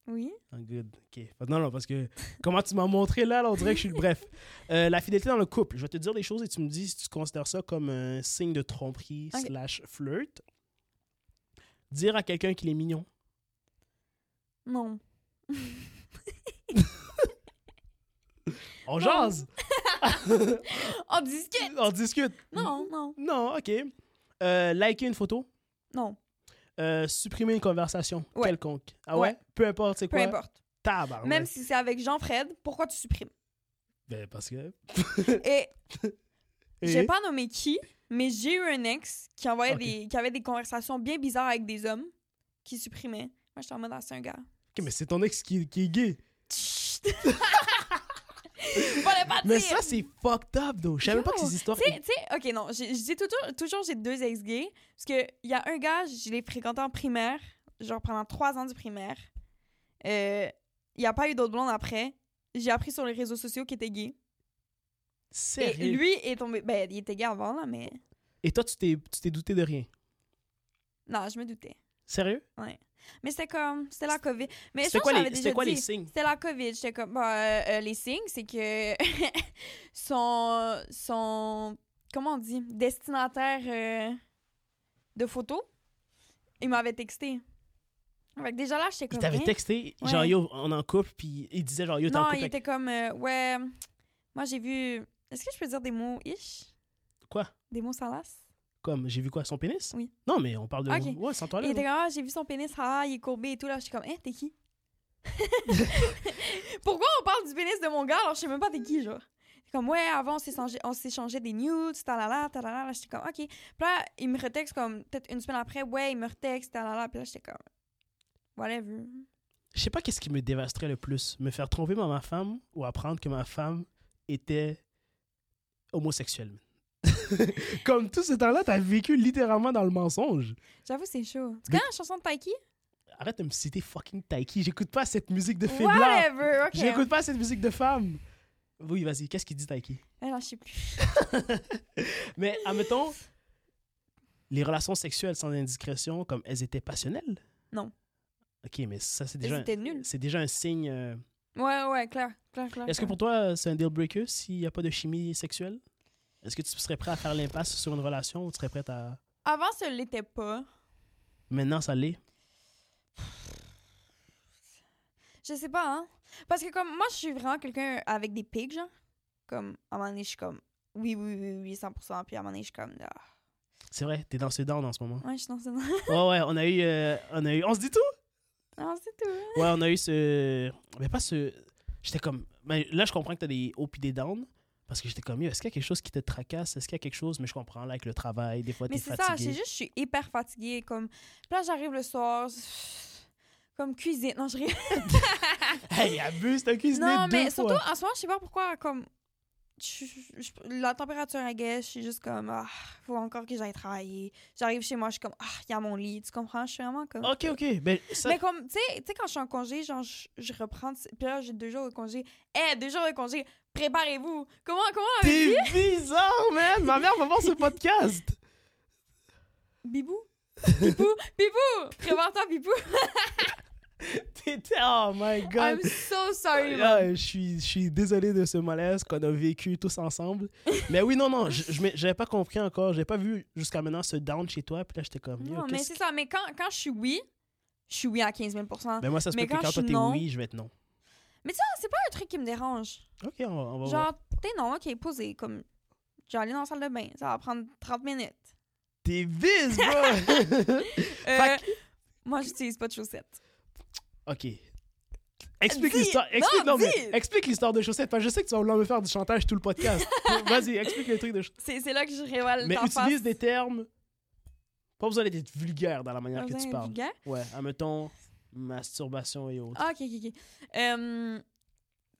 S2: Oui?
S1: Ah, Good. OK. Non, non, parce que comment tu m'as montré là, là, on dirait que je suis le bref. Euh, la fidélité dans le couple. Je vais te dire des choses et tu me dis si tu considères ça comme un signe de tromperie
S2: Ok.
S1: slash flirt. Dire à quelqu'un qu'il est mignon.
S2: Non.
S1: On jase!
S2: On discute!
S1: On discute.
S2: Non, non,
S1: Non, OK. Euh, liker une photo.
S2: non.
S1: Euh, supprimer une conversation
S2: Ouais.
S1: quelconque. Ah ouais?
S2: Ouais. Ah
S1: Peu importe, c'est
S2: Peu
S1: quoi?
S2: importe.
S1: Tabarnak.
S2: Même si c'est avec Jean-Fred, pourquoi tu supprimes?
S1: Ben, parce que...
S2: Et
S1: Eh?
S2: j'ai pas nommé qui, mais j'ai eu un ex qui envoyait
S1: Ok.
S2: des... qui avait des conversations bien bizarres avec des hommes qui supprimaient. Moi, j'étais en mode, ah, c'est un gars.
S1: OK, mais c'est ton ex qui, qui est gay.
S2: Chut! Fallait pas
S1: Mais
S2: dire!
S1: ça, c'est fucked up, though. Je savais
S2: Yo,
S1: pas que ces histoires...
S2: Tu sais, tu sais, ok, non, j'ai- je dis toujours, toujours j'ai deux ex gays. Parce qu'il y a un gars, je l'ai fréquenté en primaire, genre pendant trois ans du primaire. Euh, Il n'y a pas eu d'autres blondes après. J'ai appris sur les réseaux sociaux qu'il était gay. Et
S1: Sérieux.
S2: lui est tombé. Ben, il était gay avant, là, mais.
S1: Et toi, tu t'es tu t'es douté de rien.
S2: Non, je me doutais.
S1: Sérieux?
S2: Mais c'était comme. C'était la COVID. Mais je
S1: C'était
S2: pense
S1: quoi,
S2: que
S1: les,
S2: je l'avais
S1: c'était
S2: déjà
S1: quoi les
S2: dit.
S1: signes?
S2: C'était la COVID. J'étais comme. bah, euh, euh, les signes, c'est que son, son. Comment on dit Destinataire euh, de photos, il m'avait texté. Fait que déjà là, j'étais
S1: Il
S2: comme.
S1: t'avait
S2: hein?
S1: texté,
S2: Ouais.
S1: genre, yo, on est en couple, puis il disait, genre, yo, t'es en
S2: Non,
S1: couple
S2: il
S1: avec-
S2: était comme. euh, ouais, moi j'ai vu. Est-ce que je peux dire des mots ish
S1: Quoi?
S2: Des mots salaces
S1: Comme, j'ai vu quoi, son pénis?
S2: Oui.
S1: Non, mais on parle de...
S2: Ok.
S1: Ouais, sans toi
S2: Il était comme, ah, j'ai vu son pénis, ah, il est courbé et tout. Là, je suis comme, hein, t'es qui? Pourquoi on parle du pénis de mon gars alors je sais même pas t'es qui, genre? Il est Comme, ouais, avant, on s'est changé- on s'échangeait des nudes, talala, talala. Là, j'étais comme, ok. Puis là, il me retexte comme, peut-être une semaine après, ouais, il me retexte, talala. Puis là, j'étais comme, whatever.
S1: Je sais pas qu'est-ce qui me dévasterait le plus, me faire tromper par ma femme ou apprendre que ma femme était homosexuelle. man. Comme tout ce temps-là, t'as vécu littéralement dans le mensonge.
S2: J'avoue, c'est chaud. Tu
S1: Mais-
S2: connais la chanson de Taiki?
S1: Arrête de me citer fucking Taiki, j'écoute pas cette musique de faiblard.
S2: Whatever, ok.
S1: J'écoute pas cette musique de femme. Oui, vas-y, qu'est-ce qu'il dit Taiki
S2: Ah, non, je sais plus.
S1: Mais admettons, les relations sexuelles sans indiscrétion, comme elles étaient passionnelles
S2: Non.
S1: Ok, mais ça, c'est déjà, un-
S2: C'était nul.
S1: c'est déjà un signe. euh,
S2: Ouais, ouais, clair, clair, clair.
S1: Est-ce que
S2: clair.
S1: pour toi, euh, c'est un deal breaker s'il n'y a pas de chimie sexuelle? Est-ce que tu serais prêt à faire l'impasse sur une relation ou tu serais prêt à.
S2: Avant, ça l'était pas.
S1: Maintenant, ça l'est?
S2: Je sais pas, hein. Parce que comme moi, je suis vraiment quelqu'un avec des pics, genre. Comme, à un moment donné, je suis comme, oui, oui, oui, oui, 100%. Puis à un moment donné, je suis comme, ah,
S1: C'est vrai, t'es dans ce down en ce moment.
S2: ouais, je suis dans ça.
S1: Ouais, ouais, on a eu. euh, on a eu. On se dit tout?
S2: Non, c'est tout. hein.
S1: Ouais, on a eu ce. Mais pas ce. J'étais comme. ben, là, je comprends que t'as des hauts puis des downs. Parce que j'étais comme, Yo, est-ce qu'il y a quelque chose qui te tracasse? Est-ce qu'il y a quelque chose? Mais je comprends, là, avec le travail, des fois,
S2: Mais
S1: t'es
S2: c'est ça, c'est
S1: fatigué.
S2: juste, je suis hyper fatiguée. Comme, puis là, j'arrive le soir, comme cuisine. Non, je rigole.
S1: Hey, abuse, t'as cuisiné
S2: Non,
S1: deux
S2: mais
S1: fois.
S2: surtout, en ce moment, je sais pas pourquoi, comme, je- je- la température est guesse, je suis juste comme, ah, faut encore que j'aille travailler. J'arrive chez moi, je suis comme, ah, il y a mon lit, tu comprends? Je suis vraiment comme.
S1: Ok, ok. Ben, ça,
S2: Mais comme, tu sais, tu sais, quand je suis en congé, genre, je, je reprends. Puis là, j'ai deux jours de congé. Eh, deux jours de congé, préparez-vous. Comment, comment euh, on avait dit?
S1: T'es bizarre, man! Ma mère va voir ce podcast!
S2: Bibou? Bibou? Bibou! Prépare-toi, Bibou!
S1: T'étais. Oh my god!
S2: I'm so sorry, man.
S1: Là, je suis, je suis désolé de ce malaise qu'on a vécu tous ensemble. Mais oui, non, non, je- je m'ai- j'avais pas compris encore. J'avais pas vu jusqu'à maintenant ce down chez toi. Puis là, j'étais comme. yo,
S2: Non, mais
S1: qu'est-ce
S2: c'est
S1: qui-
S2: ça. Mais quand, quand je suis oui, je suis oui à 15 000
S1: Ben, moi, ça se
S2: Mais
S1: peut que
S2: quand
S1: quand
S2: je
S1: toi
S2: suis
S1: t'es
S2: non-
S1: oui, je vais être non.
S2: Mais tu sais, c'est pas un truc qui me dérange.
S1: Ok, on va, on va voir.
S2: Genre, t'es non, ok, posé. Comme, je vais aller dans la salle de bain. Ça va prendre 30 minutes.
S1: T'es vise, bro!
S2: Euh,
S1: Fait
S2: Moi, j'utilise pas de chaussettes.
S1: ok. Explique
S2: Dis-
S1: l'histoire.
S2: non,
S1: Explique, non, mais
S2: dis!
S1: explique l'histoire de chaussettes. Parce que je sais que tu vas vouloir me faire du chantage tout le podcast. Vas-y, explique le truc de chaussettes.
S2: C'est c'est là que je révèle
S1: Mais
S2: t'en face.
S1: utilise des termes Pas besoin d'être vulgaire dans la manière
S2: Pas
S1: que
S2: besoin
S1: tu
S2: d'être
S1: parles.
S2: vulgaire.
S1: Ouais, admettons, masturbation et autres.
S2: Ah, ok, ok, ok. Euh,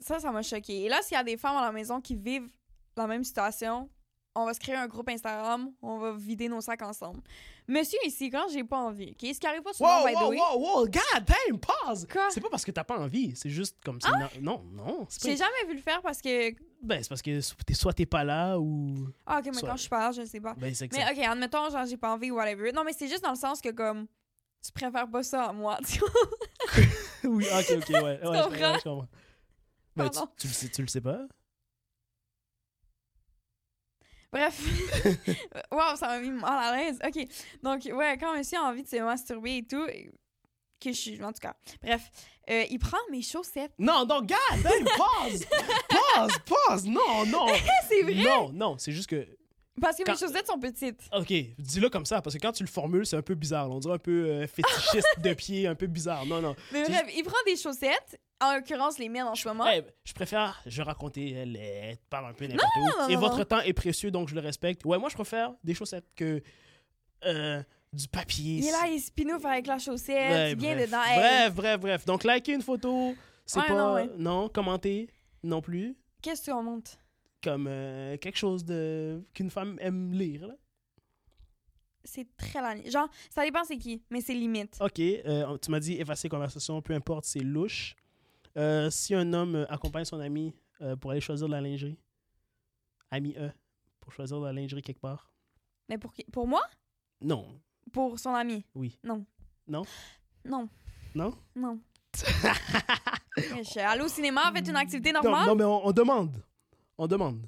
S2: ça, ça m'a choqué. Et là, s'il y a des femmes à la maison qui vivent la même situation, on va se créer un groupe Instagram, on va vider nos sacs ensemble. Monsieur ici, quand j'ai pas envie, ok, ce qui arrive pas souvent,
S1: Wow,
S2: by the
S1: wow,
S2: way,
S1: wow, wow, god damn, pause!
S2: Quoi?
S1: C'est pas parce que t'as pas envie, c'est juste comme ça.
S2: Ah.
S1: non, non, non, c'est pas
S2: j'ai jamais vu le faire parce que.
S1: Ben, c'est parce que so- t'es- soit t'es pas là ou.
S2: Ah, ok, mais
S1: Soit-
S2: quand je parle, je sais pas.
S1: Ben, c'est
S2: Ah. Mais
S1: exact.
S2: ok, admettons, genre, j'ai pas envie ou whatever. Non, mais c'est juste dans le sens que, comme, tu préfères pas ça à moi, tu vois.
S1: oui, ok, ok, ouais. ouais, je- ouais, je,
S2: comprends?
S1: comprends. Ben, tu,
S2: Pardon.
S1: tu le sais, tu le sais pas?
S2: Bref. wow, ça m'a mis mal à l'aise. OK. Donc, ouais, quand monsieur a envie de se masturber et tout, et- que je suis, en tout cas. Bref, euh, il prend mes chaussettes.
S1: Non, non, god damn, pause! pause, pause! Non, non!
S2: C'est vrai?
S1: Non, non, c'est juste que.
S2: Parce que
S1: Quand-
S2: mes chaussettes sont petites.
S1: Ok, dis-le comme ça, parce que quand tu le formules, c'est un peu bizarre. là. On dirait un peu euh, fétichiste de pied, un peu bizarre. Non, non.
S2: Mais
S1: C'est
S2: bref, il prend des chaussettes, en l'occurrence les miennes en ce moment.
S1: Hey, Eh, je préfère, je raconter, euh, les- parle un peu n'importe où.
S2: non,
S1: Et
S2: non,
S1: votre
S2: non.
S1: temps est précieux, donc je le respecte. Ouais, moi, je préfère des chaussettes que euh, du papier.
S2: Il est là, il spinouffe avec la chaussette,
S1: Ouais,
S2: il vient
S1: bref.
S2: dedans. Hey,
S1: Bref, bref, bref. Donc, liker une photo, c'est
S2: Ouais,
S1: pas. Non,
S2: non, ouais.
S1: commenter non plus.
S2: Qu'est-ce que tu remontes?
S1: Comme euh, quelque chose de qu'une femme aime lire. là.
S2: C'est très la Genre, ça dépend c'est qui, mais c'est limite.
S1: Ok, euh, tu m'as dit effacer conversation, peu importe, c'est louche. Euh, si un homme euh, accompagne son ami euh, pour aller choisir de la lingerie, ami E, pour choisir de la lingerie quelque part.
S2: Mais pour, qui- pour moi?
S1: Non,
S2: Pour son ami?
S1: Oui.
S2: Non.
S1: Non?
S2: Non.
S1: non.
S2: Non. Wesh, Aller au cinéma, faites une activité normale.
S1: Non, non, mais on, on demande. On demande.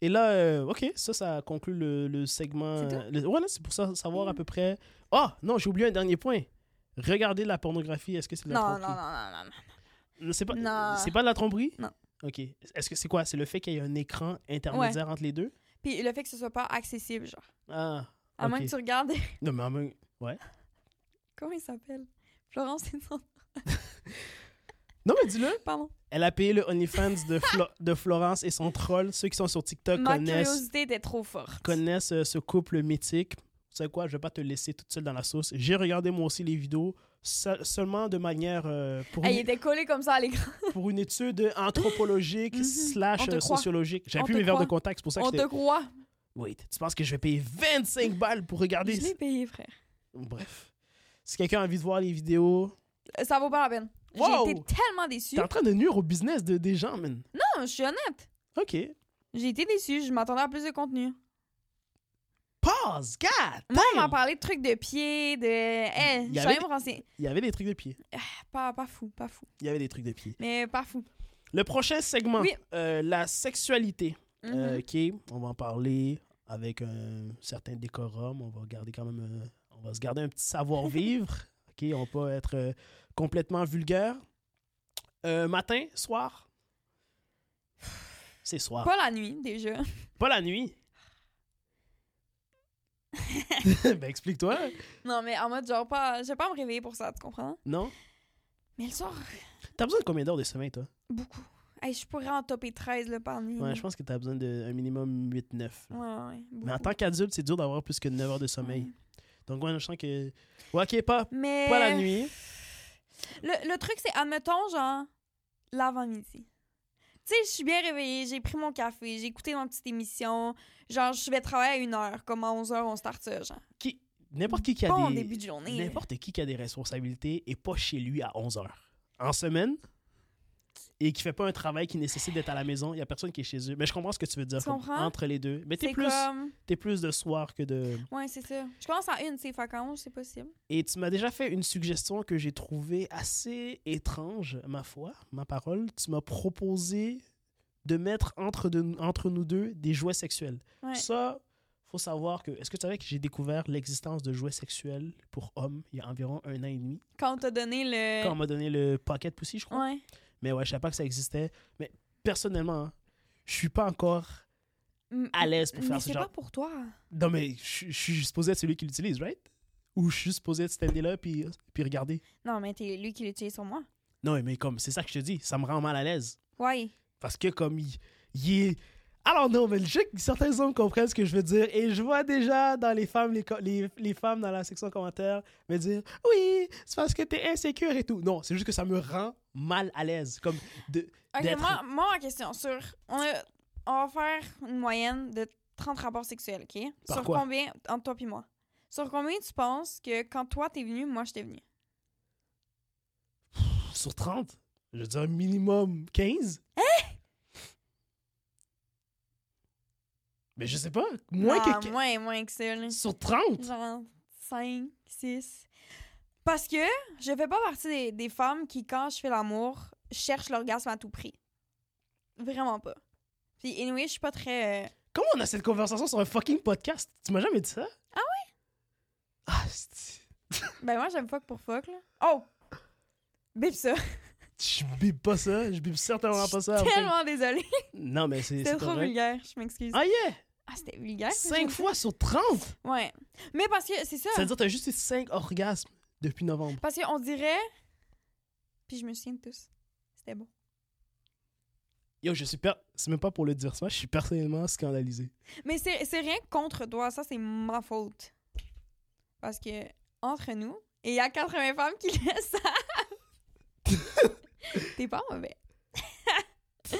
S1: Et là, euh, OK, ça, ça conclut le, le segment.
S2: C'est
S1: euh, le- ouais, non, c'est pour ça, savoir à
S2: Mm.
S1: peu près. Ah, non, j'ai oublié un dernier point. Regarder la pornographie, est-ce que c'est de la
S2: Non, non,
S1: tromperie?
S2: non, non, non, non.
S1: Non, C'est pas,
S2: Non.
S1: c'est pas de la tromperie?
S2: Non.
S1: OK. Est-ce que c'est quoi? C'est le fait qu'il y ait un écran intermédiaire entre les deux?
S2: Puis le fait que ce soit pas accessible, genre.
S1: Ah.
S2: À moins
S1: ok.
S2: que tu regardes.
S1: Non, mais en même-
S2: Comment il s'appelle Florence et son.
S1: Non, mais dis-le.
S2: Pardon.
S1: Elle a payé le OnlyFans de, Flo- de Florence et son troll. Ceux qui sont sur TikTok
S2: Ma
S1: connaissent
S2: curiosité était trop forte.
S1: connaissent euh, ce couple mythique. Tu sais quoi, je vais pas te laisser toute seule dans la sauce. J'ai regardé moi aussi les vidéos se- seulement de manière euh, pour,
S2: Hey, il
S1: une,
S2: était collé comme ça à l'écran.
S1: pour une étude anthropologique
S2: Mhm.
S1: slash
S2: On te
S1: euh,
S2: croit.
S1: sociologique. J'ai
S2: On
S1: plus
S2: te
S1: mes verres de
S2: croit.
S1: contact, c'est pour ça que
S2: On
S1: j'étais-
S2: te croit.
S1: Wait, tu penses que je vais payer 25 balles pour regarder
S2: Je l'ai payé, frère.
S1: Bref. Si quelqu'un a envie de voir les vidéos,
S2: Euh, Ça vaut pas la peine.
S1: Wow!
S2: J'ai été tellement déçue.
S1: t'es en train de nuire au business de, des gens, man.
S2: Non, je suis honnête.
S1: OK.
S2: J'ai été déçue. Je m'attendais à plus de contenu.
S1: Pause, God!
S2: Moi, on m'a
S1: damn!
S2: parlé de trucs de pied, de. Hey,
S1: Il y
S2: je
S1: avait-
S2: savais me renseigner.
S1: Il y avait des trucs de pied.
S2: Pas, pas fou, pas fou.
S1: Il y avait des trucs de pied.
S2: Mais pas fou.
S1: Le prochain segment,
S2: Oui.
S1: euh, la sexualité.
S2: Mhm.
S1: Euh, OK, on va en parler avec un certain décorum. On va garder quand même, euh, on va se garder un petit savoir-vivre. OK, on va pas être euh, complètement vulgaire. Euh, matin, soir. C'est soir. Pas,
S2: Pas la nuit, déjà.
S1: la nuit. ben, explique-toi.
S2: Non, mais en mode genre, pas, je vais pas me réveiller pour ça, tu comprends?
S1: Non?
S2: Mais le soir,
S1: T'as besoin de combien d'heures de sommeil, toi?
S2: beaucoup. Hey, je pourrais en topper 13 le par nuit.
S1: Ouais, je pense que t'as besoin d'un minimum 8-9.
S2: Ouais, ouais, ouais,
S1: Mais en
S2: beaucoup.
S1: tant qu'adulte, c'est dur d'avoir plus que 9 heures de sommeil. Donc, Ah, ouais, Euh, je sens que. Ouais, OK, pas,
S2: Mais.
S1: pas la nuit.
S2: Le, le truc, c'est, admettons, genre, l'avant-midi. Tu sais, je suis bien réveillée, j'ai pris mon café, j'ai écouté ma petite émission. Genre, je vais travailler à une heure, comme à 11 h on start ça, genre.
S1: qui n'importe qui qui a
S2: Bon
S1: des
S2: début de journée.
S1: n'importe qui qui a des responsabilités et pas chez lui à 11 heures en semaine et qui fait pas un travail qui nécessite d'être à la maison, il y a personne qui est chez eux. Mais je comprends ce que tu veux dire
S2: Tu
S1: comme-
S2: comprends?
S1: entre les deux. Mais t'es
S2: C'est
S1: plus
S2: comme.
S1: t'es plus de soir que de
S2: Ouais, c'est ça. Je commence à une, c'est fait quand c'est possible.
S1: et tu m'as déjà fait une suggestion que j'ai trouvée assez étrange, ma foi, ma parole, tu m'as proposé de mettre entre, de- entre nous deux des jouets sexuels.
S2: Ouais.
S1: Ça, faut savoir que... Est-ce que tu savais que j'ai découvert l'existence de jouets sexuels pour hommes il y a environ un an et demi?
S2: Quand on t'a donné le.
S1: quand on m'a donné le Pocket Pussy, je crois.
S2: Ouais.
S1: Mais ouais, je savais pas que ça existait. Mais personnellement, hein, je suis pas encore à l'aise pour
S2: Mais
S1: faire ce
S2: c'est
S1: genre.
S2: pas pour toi.
S1: Non, mais je je suis supposé être celui qui l'utilise, right? Ou je suis supposé être standé là puis, puis regarder.
S2: Non, mais t'es lui qui l'utilise sur moi.
S1: Non, mais comme, c'est ça que je te dis, ça me rend mal à l'aise.
S2: Ouais.
S1: Parce que comme il, il est Alors non, mais je sais que certains hommes comprennent ce que je veux dire et je vois déjà dans les femmes, les, co- les, les femmes dans la section commentaires me dire « Oui, c'est parce que t'es insécure et tout. » Non, c'est juste que ça me rend mal à l'aise. Comme de...
S2: Ok,
S1: d'être-
S2: moi, moi, ma question sur. On, a- on va faire une moyenne de 30 rapports sexuels, OK?
S1: Par
S2: sur
S1: quoi?
S2: combien, entre toi et moi. Sur combien tu penses que quand toi t'es venu, moi j'étais venu?
S1: Sur 30, je veux dire minimum 15. Mais je sais pas, moins que... quin-
S2: Moins, Ah, moins que ça, là.
S1: Sur 30?
S2: Genre 5, 6. Parce que je fais pas partie des, des femmes qui, quand je fais l'amour, cherchent l'orgasme à tout prix. Vraiment pas. Puis, anyway, je suis pas très. euh,
S1: Comment on a cette conversation sur un fucking podcast? Tu m'as jamais dit ça?
S2: Ah
S1: ouais? Ah, c'est-
S2: Ben, moi, j'aime fuck pour fuck, là. Oh! Bip ça.
S1: je bibe pas ça, je bibe certainement pas ça.
S2: Tellement désolée.
S1: Non, mais Ah, c'est
S2: C'était
S1: c'est
S2: trop
S1: correct.
S2: vulgaire. Je m'excuse.
S1: Ah yeah!
S2: Ah, c'était vulgaire.
S1: 5 fois sur 30!
S2: Ouais. Mais parce que, c'est ça.
S1: Ça veut dire que t'as juste eu 5 orgasmes depuis novembre.
S2: Parce qu'on dirait. Puis, je me souviens de tous. C'était bon.
S1: Yo, je suis per... C'est même pas pour le dire ça, je suis personnellement scandalisé.
S2: Mais c'est c'est rien contre toi, ça c'est ma faute. Parce que entre nous, et il y a 80 femmes qui le savent. T'es pas mauvais.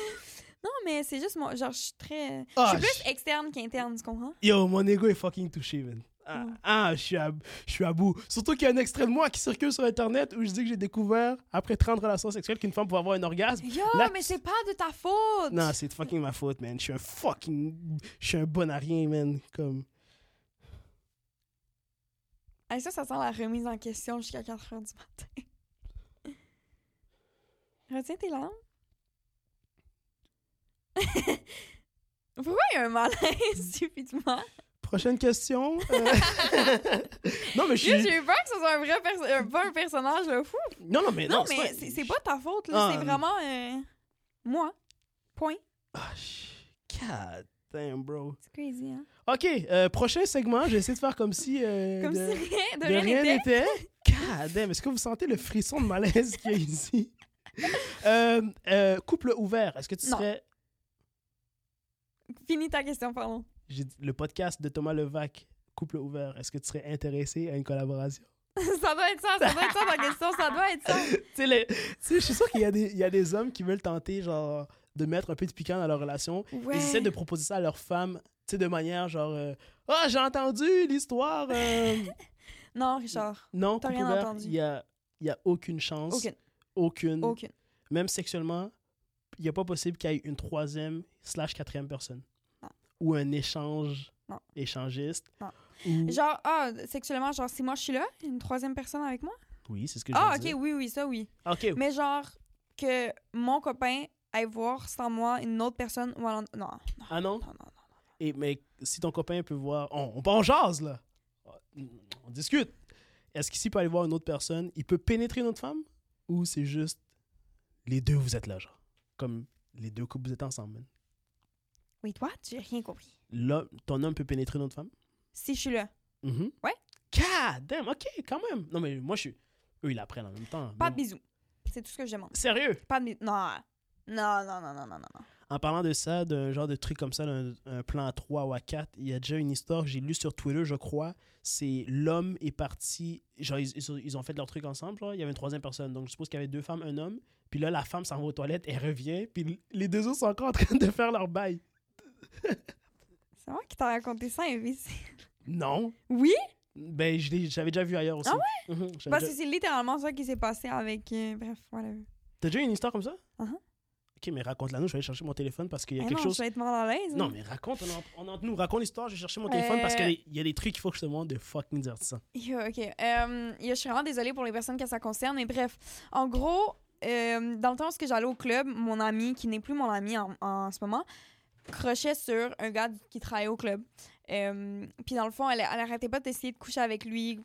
S2: non, mais c'est juste moi, genre je suis très
S1: Ah,
S2: je suis plus externe qu'interne, tu comprends
S1: Yo, mon ego est fucking touché, man. Ah,
S2: Mm.
S1: ah, je suis à, je suis à bout. Surtout qu'il y a un extrait de moi qui circule sur Internet où je dis que j'ai découvert, après 30 relations sexuelles, qu'une femme pouvait avoir un orgasme.
S2: Yo,
S1: Là,
S2: mais
S1: tu-
S2: c'est pas de ta faute.
S1: Non, c'est fucking ma faute, man. Je suis un fucking. Je suis un bon à rien, man. Comme.
S2: Ah, ça ça sent la remise en question jusqu'à 4 heures du matin. Retiens tes larmes. Pourquoi il y a un malaise subitement
S1: Prochaine question. euh. non, mais je
S2: Yo,
S1: suis.
S2: J'ai eu peur que ce soit un vrai perso- euh, pas un personnage là, fou.
S1: Non, non, mais
S2: Non,
S1: non.
S2: mais c'est c'est pas ta faute, là.
S1: Ah,
S2: c'est
S1: non.
S2: vraiment euh, moi. Point.
S1: Ah, sh- God damn, bro.
S2: C'est crazy, hein?
S1: Ok, euh, prochain segment. J'ai essayé de faire comme si. euh,
S2: Comme
S1: de-
S2: si rien de,
S1: de
S2: rien
S1: rien
S2: n'était.
S1: n'était. God damn, est-ce que vous sentez le frisson de malaise qu'il y a ici? Euh, euh, couple ouvert, est-ce que tu
S2: Non.
S1: serais.
S2: Finis ta question, pardon.
S1: j'ai dit- Le podcast de Thomas Levac, couple ouvert, est-ce que tu serais intéressé à une collaboration?
S2: ça doit être ça, ça doit être ça ta question, ça doit être ça.
S1: Tu sais, le- tu sais, je suis sûr qu'il y, a des- il y a des hommes qui veulent tenter, genre, de mettre un peu de piquant dans leur relation.
S2: Ouais.
S1: Ils essaient de proposer ça à leur femme, tu sais, de manière genre. euh, Ah, j'ai entendu l'histoire. euh,
S2: Non, Richard.
S1: Non,
S2: T'as
S1: couple
S2: rien
S1: ouvert,
S2: entendu.
S1: il n'y a, il y a aucune chance.
S2: Aucune,
S1: Aucune.
S2: aucune.
S1: Même sexuellement, il n'y a pas possible qu'il y ait une troisième slash quatrième personne.
S2: Non.
S1: Ou un échange
S2: Non.
S1: échangiste.
S2: Non.
S1: Ou-
S2: Genre, ah, sexuellement, genre, si moi je suis là, il y a une troisième personne avec moi.
S1: Oui, c'est ce que je
S2: Ah,
S1: veux
S2: ok,
S1: dire.
S2: oui, oui, ça, oui.
S1: Ah, OK.
S2: Mais genre, que mon copain aille voir sans moi une autre personne ou un- Non, non,
S1: Ah non?
S2: non, non. non.
S1: Et, mais si ton copain peut voir... On, on, on jase, là. Ah, On discute. Est-ce qu'ici, il peut aller voir une autre personne, il peut pénétrer une autre femme? Ou c'est juste les deux, vous êtes là, genre? Comme les deux couples, vous êtes ensemble. man.
S2: Wait, what? J'ai rien compris.
S1: L'homme- ton homme peut pénétrer une autre femme?
S2: Si je suis là.
S1: Mhm.
S2: Ouais.
S1: God damn, OK, quand même. Non, mais moi, je suis... Eux, ils l'apprennent en même temps.
S2: Pas
S1: Non.
S2: de bisous. C'est tout ce que je demande.
S1: Sérieux?
S2: Pas de bisous. Non. Non, non, non, non, non, non. non.
S1: En parlant de ça, d'un genre de truc comme ça, d'un un plan à 3 ou à 4, il y a déjà une histoire que j'ai lue sur Twitter, je crois. C'est l'homme est parti. Genre, ils, ils- ils ont fait leur truc ensemble. là. Il y avait une troisième personne. Donc, je suppose qu'il y avait deux femmes, un homme. Puis là, la femme s'en va aux toilettes, elle revient. Puis l- les deux autres sont encore en train de faire leur bail.
S2: C'est moi qui t'a raconté ça, imbécile.
S1: Non.
S2: Oui,
S1: Ben, je l'ai- j'avais déjà vu ailleurs aussi. Mm-hmm,
S2: Ah
S1: ouais?
S2: parce que c'est littéralement ça qui s'est passé avec. euh, bref, whatever.
S1: T'as déjà eu une histoire comme ça?
S2: Uh-huh.
S1: Ok, mais raconte-la nous. Je vais aller chercher mon téléphone parce qu'il y a
S2: Mais
S1: quelque
S2: Eh non,
S1: chose.
S2: je vais être mal à l'aise.
S1: Non,
S2: hein.
S1: mais raconte, on, en- on en- nous raconte l'histoire. J'ai cherché mon téléphone parce
S2: Euh.
S1: qu'il y a des trucs qu'il faut que je te montre de fucking divertissants.
S2: Yo, ok. Euh, yo, je suis vraiment désolée pour les personnes que ça concerne, mais bref. En gros, euh, dans le temps où est-ce que j'allais au club, mon ami, qui n'est plus mon ami en, en ce moment, crochait sur un gars qui travaillait au club. Euh, Puis dans le fond, elle, elle arrêtait pas d'essayer de coucher avec lui.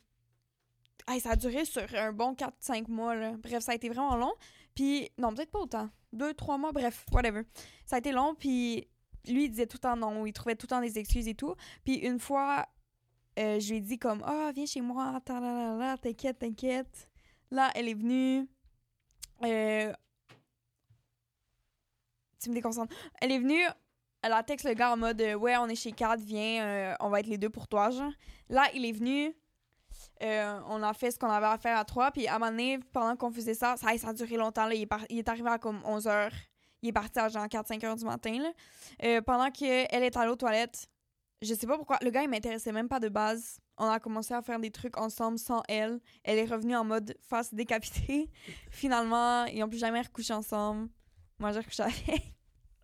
S2: Hey, ça a duré sur un bon 4-5 mois. là. Bref, ça a été vraiment long. Puis, non, peut-être pas autant. 2-3 mois, bref, whatever. Ça a été long, puis lui, il disait tout le temps non. Il trouvait tout le temps des excuses et tout. Puis une fois, euh, je lui ai dit comme « Ah, viens chez moi, ta la la la, t'inquiète, t'inquiète. » Là, elle est venue. Euh, Tu me déconcentres. Elle est venue, elle a texte le gars en mode euh, Ouais, on est chez 4, viens, euh, on va être les deux pour toi, genre. Là, il est venu. euh, on a fait ce qu'on avait à faire à trois. Puis à un moment donné, pendant qu'on faisait ça, ça, ça a duré longtemps. Là, il, est par- il est arrivé à comme 11 h Il est parti à genre 4-5 heures du matin. Là. Euh, pendant qu'elle est allée aux toilettes, je sais pas pourquoi. Le gars, il m'intéressait même pas de base. On a commencé à faire des trucs ensemble sans elle. Elle est revenue en mode face décapitée. Finalement, ils n'ont plus jamais recouché ensemble. Moi, j'ai recouché avec.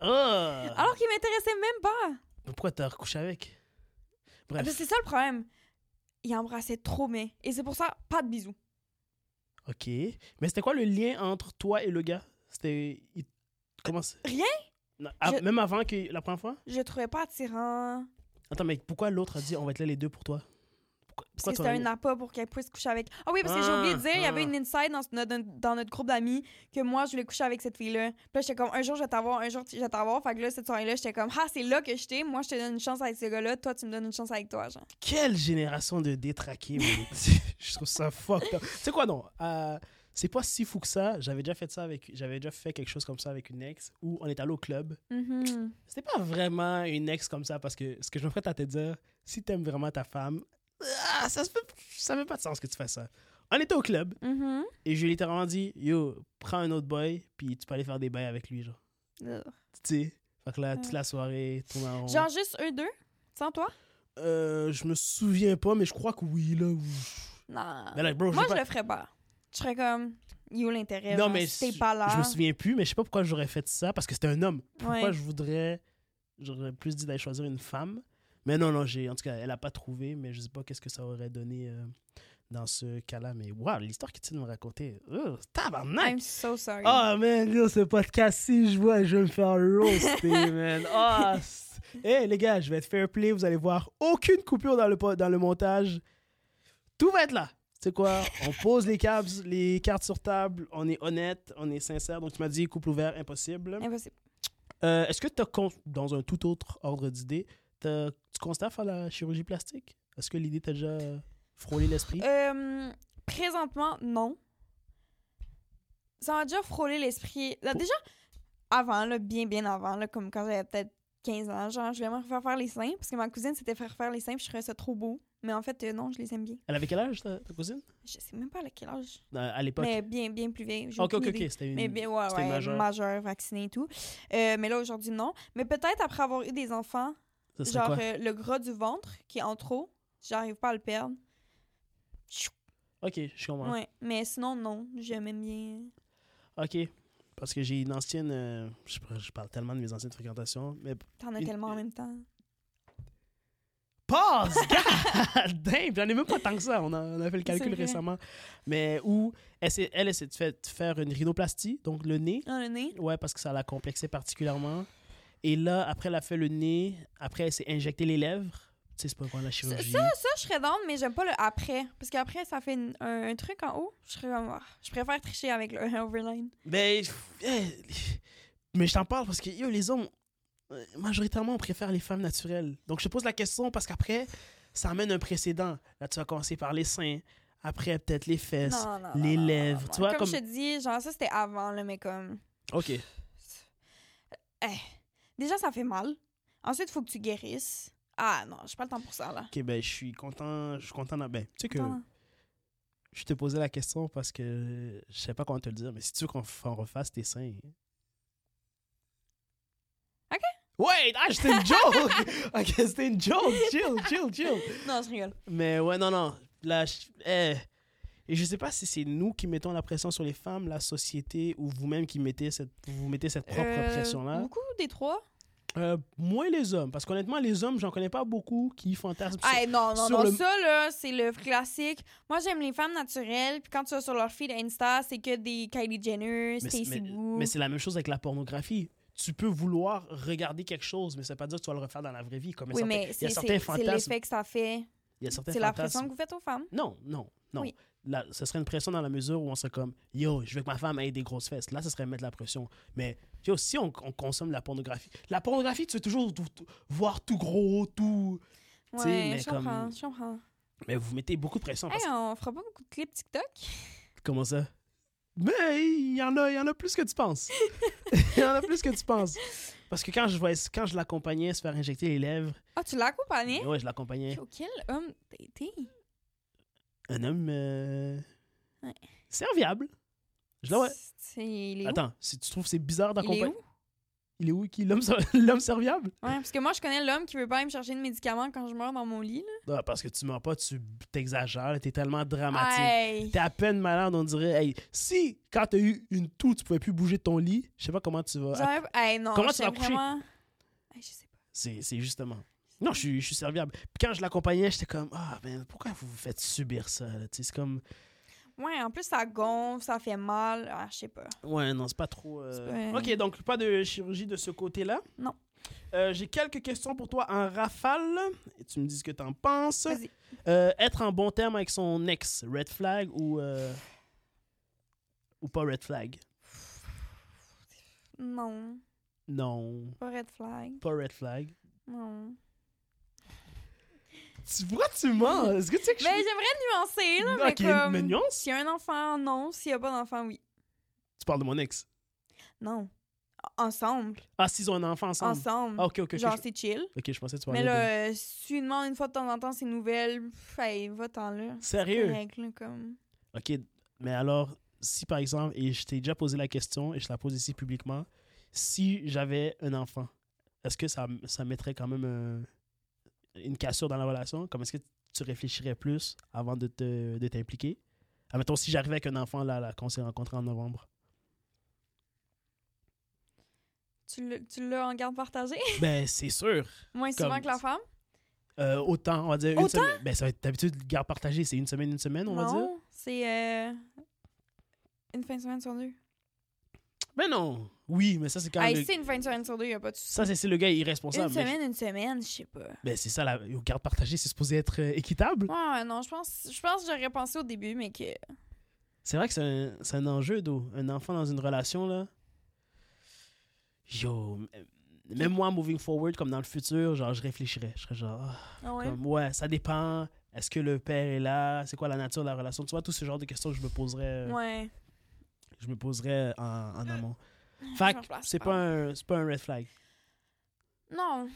S1: Ah!
S2: Alors qu'il m'intéressait même pas.
S1: Pourquoi t'as recouché avec?
S2: Parce que
S1: Bref,
S2: c'est ça le problème. Il embrassait trop mais Et c'est pour ça, pas de bisous.
S1: ok. Mais c'était quoi le lien entre toi et le gars? C'était... il- Comment c'est-
S2: Rien.
S1: Non, à-
S2: Je-
S1: Même avant que la première fois?
S2: Je le trouvais pas attirant.
S1: Attends, mais pourquoi l'autre a dit on va être là les deux pour toi? Pourquoi,
S2: Parce
S1: pourquoi
S2: que
S1: toi,
S2: c'était
S1: elle-
S2: un appât pour qu'elle puisse coucher avec. Ah oui, parce que j'ai
S1: Ah,
S2: oublié de dire, il y avait
S1: ah.
S2: une inside dans, ce- notre- dans notre groupe d'amis que moi, je voulais coucher avec cette fille-là. Puis là, j'étais comme, un jour, je vais t'avoir, un jour, je vais t'avoir. Fait que là, cette soirée-là, j'étais comme, ah, c'est là que je t'ai. Moi, je te donne une chance avec ce gars-là. Toi, tu me donnes une chance avec toi, genre.
S1: Quelle génération de détraqués, man. Je trouve ça fucked up. Tu sais quoi, non? euh, c'est pas si fou que ça. J'avais déjà fait ça avec... J'avais déjà fait quelque chose comme ça avec une ex où on est allé au club.
S2: Mhm.
S1: C'était pas vraiment une ex comme ça parce que ce que je me prête à te dire, si t'aimes vraiment ta femme, ah, ça se peut, ça fait pas de sens que tu fasses ça. On était au club
S2: Mhm.
S1: et je lui ai littéralement dit Yo, prends un autre boy, puis tu peux aller faire des bails avec lui, genre.
S2: Ugh.
S1: Tu sais Fait que là, toute la soirée, tourne en rond.
S2: Genre, juste eux deux? Sans toi?
S1: Euh, je me souviens pas, mais je crois que oui, là. ou-
S2: Non.
S1: Mais là, bro, je
S2: Moi,
S1: sais
S2: je
S1: pas-
S2: le ferais pas. Je serais comme, you l'intérêt.
S1: Non,
S2: genre,
S1: mais
S2: si
S1: je-
S2: t'es pas là.
S1: Je me souviens plus, mais je sais pas pourquoi j'aurais fait ça parce que c'était un homme. Pourquoi
S2: Ouais.
S1: je voudrais. J'aurais plus dit d'aller choisir une femme. Mais non, non, j'ai. En tout cas, elle a pas trouvé, mais je sais pas qu'est-ce que ça aurait donné euh, dans ce cas-là. Mais waouh, l'histoire que tu nous racontais. Oh, tabarnak!
S2: I'm so sorry.
S1: Oh man, yo, ce podcast, si je vois, je vais me faire roaster, man. Ah, c'est- hey, les gars, je vais être fair play. Vous allez voir aucune coupure dans le, po- dans le montage. Tout va être là. Tu sais quoi? On pose les, câbles, les cartes sur table. On est honnête, on est sincère. Donc, tu m'as dit couple ouvert, impossible.
S2: Impossible.
S1: Euh, Est-ce que tu dans un tout autre ordre d'idée, t'as- tu constats faire la chirurgie plastique? Est-ce que l'idée t'a déjà euh, frôlé l'esprit?
S2: Euh, présentement, non. Ça m'a déjà frôlé l'esprit. Là, Déjà, avant, là, bien, bien avant, là, comme quand j'avais peut-être 15 ans, genre, je voulais me refaire faire les seins parce que ma cousine s'était fait refaire les seins puis je trouvais ça trop beau. Mais en fait, euh, non, je les aime bien.
S1: Elle avait quel âge, ta, ta cousine?
S2: Je sais même pas à quel âge.
S1: Euh, à l'époque.
S2: Mais bien, bien plus vieille. j'ai
S1: Ok, ok,
S2: aucune
S1: ok.
S2: idée.
S1: C'était une.
S2: Mais bien, ouais,
S1: c'était
S2: ouais,
S1: majeur.
S2: majeur. vacciné et tout. Euh, mais là, aujourd'hui, non. Mais peut-être après avoir eu des enfants,
S1: ça serait
S2: genre
S1: quoi?
S2: euh, le gras du ventre qui est en trop, j'arrive pas à le perdre. euh,
S1: Ok, je comprends.
S2: Ouais. Mais sinon, non, j'aimais bien.
S1: Ok. Parce que j'ai une ancienne. euh, je, sais pas, je parle tellement de mes anciennes fréquentations. Mais.
S2: T'en as
S1: Une-
S2: tellement en même temps.
S1: Passe! God damn! J'en ai même pas tant que ça. On a, on a fait le
S2: C'est
S1: calcul
S2: vrai.
S1: récemment. Mais où elle, s'est- elle, elle s'est fait faire une rhinoplastie, donc le nez.
S2: Dans le nez.
S1: Ouais, parce que ça l'a complexé particulièrement. Et là, après, elle a fait le nez. Après, elle s'est injectée les lèvres. Tu sais, c'est pas vraiment la chirurgie.
S2: Ça, je serais down, mais j'aime pas le après. Parce qu'après, ça fait une- un, un truc en haut. Je serais comme, ah, je préfère tricher avec le overline.
S1: Ben, pff, eh, mais je t'en parle parce que yo, les hommes, euh, majoritairement, on préfère les femmes naturelles. Donc, je te pose la question parce qu'après, ça amène un précédent. Là, tu vas commencer par les seins, après, peut-être les fesses.
S2: Non, non, non,
S1: les
S2: non, non,
S1: lèvres,
S2: non, non.
S1: tu vois,
S2: comme,
S1: comme-
S2: je te dis, genre, ça, c'était avant, là, mais comme.
S1: OK.
S2: Déjà, ça fait mal. Ensuite, faut que tu guérisses. Ah non, j'ai pas le temps pour ça, là.
S1: OK, ben, je suis content. Je suis content. d'en- Ben, tu sais que
S2: Attends.
S1: je te posais la question parce que je sais pas comment te le dire, mais si tu veux qu'on f- on refasse tes seins.
S2: OK.
S1: Wait, ah, c'était une joke! OK, c'était une joke. Chill, chill, chill.
S2: Non, je rigole.
S1: Mais ouais, non, non. Là, je, eh. Et je sais pas si c'est nous qui mettons la pression sur les femmes, la société, ou vous-même qui mettez cette, vous mettez cette propre
S2: Euh,
S1: pression-là.
S2: Beaucoup des trois.
S1: Euh, moins les hommes, parce qu'honnêtement, les hommes, j'en connais pas beaucoup qui fantasment. sur-
S2: Ah non, non,
S1: sur
S2: non,
S1: le-
S2: ça là, c'est le classique. Moi, j'aime les femmes naturelles. Puis quand tu vas sur leur feed Insta, c'est que des Kylie Jenner,
S1: mais c'est-
S2: Stacey
S1: mais-
S2: Wu.
S1: mais c'est la même chose avec la pornographie. Tu peux vouloir regarder quelque chose, mais ça veut pas dire que tu vas le refaire dans la vraie vie. Comme
S2: Oui,
S1: certains-
S2: mais
S1: il y
S2: c'est
S1: a
S2: c'est-
S1: certains
S2: c'est
S1: fantasmes.
S2: l'effet que ça fait.
S1: Il y a certains
S2: C'est la
S1: fantasmes-
S2: pression que vous faites aux femmes.
S1: Non, non, non.
S2: Oui.
S1: Là, ce serait une pression dans la mesure où on serait comme Yo, je veux que ma femme ait des grosses fesses. Là, ce serait mettre la pression. Mais yo, si on, on consomme la pornographie, la pornographie, tu veux toujours tout- tout- voir tout gros, tout. Tu sais,
S2: Ouais,
S1: mais
S2: je
S1: comme-
S2: comprends, je comprends.
S1: Mais vous mettez beaucoup de pression.
S2: Hey, hein.
S1: Parce...
S2: on fera pas beaucoup de clips TikTok?
S1: Comment ça Mais il y en a, il y en a plus que tu penses. il y en a plus que tu penses. Parce que quand je voyais, quand je l'accompagnais se faire injecter les lèvres, ben
S2: Ah, tu l'as accompagné?
S1: ouais, je l'accompagnais.
S2: Yo, Quel homme t'étais?
S1: Un homme euh,
S2: Ouais.
S1: serviable. Je l'ai.
S2: C'est... Il est où?
S1: Attends, si tu trouves que c'est bizarre
S2: Il est
S1: d'accompagner.
S2: où?
S1: Il est où qui l'homme ser- l'homme serviable
S2: Ouais, parce que moi, je connais l'homme qui veut pas aller me chercher de médicaments quand je meurs dans mon lit. Là.
S1: Non, parce que tu mens pas, tu t'exagères, t'es tellement dramatique.
S2: Aïe.
S1: T'es à peine malade, on dirait. Hey, si quand t'as eu une toux, tu pouvais plus bouger de ton lit, je sais pas comment tu vas. Ah,
S2: J'aurais- Aïe, non,
S1: Comment tu vas
S2: j'étais
S1: coucher?
S2: vraiment... Aïe, je sais pas.
S1: C'est c'est justement. Non, je suis, je suis serviable. Puis quand je l'accompagnais, j'étais comme Ah, ben pourquoi vous vous faites subir ça là? Tu sais, C'est comme
S2: Ouais, en plus, ça gonfle, ça fait mal. Ah, je sais pas.
S1: Ouais, non, c'est pas trop. euh,
S2: C'est pas-
S1: Ok, donc pas de chirurgie de ce côté-là.
S2: Non.
S1: Euh, J'ai quelques questions pour toi en rafale. Et tu me dis ce que t'en penses.
S2: Vas-y.
S1: Euh, être en bon terme avec son ex, red flag ou. euh, Ou pas red flag
S2: Non,
S1: Non,
S2: pas red flag.
S1: pas red flag.
S2: Non.
S1: Tu vois, tu mens. Est-ce que tu sais que
S2: Ben, j'aimerais nuancer, là,
S1: Ok,
S2: mais comme...
S1: mais nuance.
S2: S'il y a un enfant, non. S'il y a pas d'enfant, oui.
S1: Tu parles de mon ex.
S2: Non. Ensemble.
S1: Ah, s'ils ont un enfant ensemble.
S2: Ensemble.
S1: Ah, ok, ok, ok.
S2: Genre,
S1: je...
S2: c'est chill.
S1: Ok, je pensais que tu parlais
S2: Mais
S1: de...
S2: là, euh, si tu demandes une fois de temps en temps ces nouvelles, pff, hey, va-t'en là.
S1: Sérieux?
S2: Correct, là, comme...
S1: OK, mais alors, si par exemple, et je t'ai déjà posé la question et je la pose ici publiquement, si j'avais un enfant, est-ce que ça, ça mettrait quand même un- une cassure dans la relation? Comme est-ce que tu réfléchirais plus avant de te- de t'impliquer? Admettons, si j'arrivais avec un enfant là, là qu'on s'est rencontré en novembre.
S2: Tu l'as- tu l'as en garde partagée?
S1: Ben, c'est sûr.
S2: Moins
S1: Comme-
S2: souvent que la femme?
S1: Euh, autant, on va dire une
S2: Autant?
S1: semaine. Ben, ça va être d'habitude, garde partagée, c'est une semaine, une semaine, on va dire.
S2: non, c'est euh, une fin de semaine sur deux.
S1: Ben non. Oui, mais ça, c'est quand
S2: Hey,
S1: même. le-
S2: c'est une fin de semaine sur deux, y a pas de souci.
S1: Ça, c'est c'est le gars
S2: Une
S1: irresponsable. mais-
S2: semaine, une semaine, je sais pas.
S1: Ben, c'est ça, la au garde partagée, c'est supposé être euh, équitable.
S2: Ouais, ouais, non, je pense, je pense que j'aurais pensé au début, mais que.
S1: C'est vrai que c'est un, c'est un enjeu, d'eau. Un enfant dans une relation, là. Yo, m- même moi, moving forward, comme dans le futur, genre, je réfléchirais. Je serais genre, ah,
S2: Ah ouais.
S1: comme, ouais, ça dépend. Est-ce que le père est là? C'est quoi la nature de la relation? Tu vois, tout ce genre de questions que je me poserais, euh,
S2: Ouais.
S1: je me poserais en, en amont. Fait que
S2: me place
S1: c'est
S2: pas.
S1: pas, un- c'est pas un red flag.
S2: Non,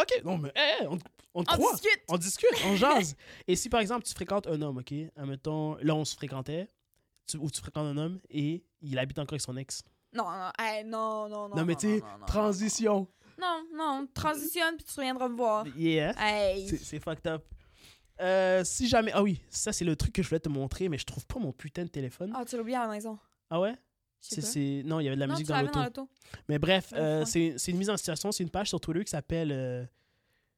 S1: OK, non, mais hey, on, on te
S2: on
S1: croit.
S2: discute.
S1: On discute, on jase. Et si par exemple, tu fréquentes un homme, OK? Admettons, là, on se fréquentait, tu- ou tu fréquentes un homme et il habite encore avec son ex.
S2: Non, non, hey, non, non, non.
S1: Non, mais tu sais,
S2: non, non,
S1: transition.
S2: Non, non, transitionne puis tu reviendras me voir.
S1: Yeah.
S2: Hey.
S1: C'est c'est fucked up. Euh, si jamais. Ah oui, ça, c'est le truc que je voulais te montrer, mais je trouve pas mon putain de téléphone.
S2: Ah, tu l'as oublié à la maison.
S1: Ah ouais?
S2: Je
S1: C'est-
S2: sais pas.
S1: c'est- Non, il y avait de la
S2: non,
S1: musique
S2: tu
S1: dans
S2: l'avais
S1: l'auto.
S2: dans l'auto.
S1: Mais bref,
S2: Ah,
S1: euh,
S2: ouais.
S1: c'est une- c'est une mise en situation, c'est une page sur Twitter qui s'appelle euh,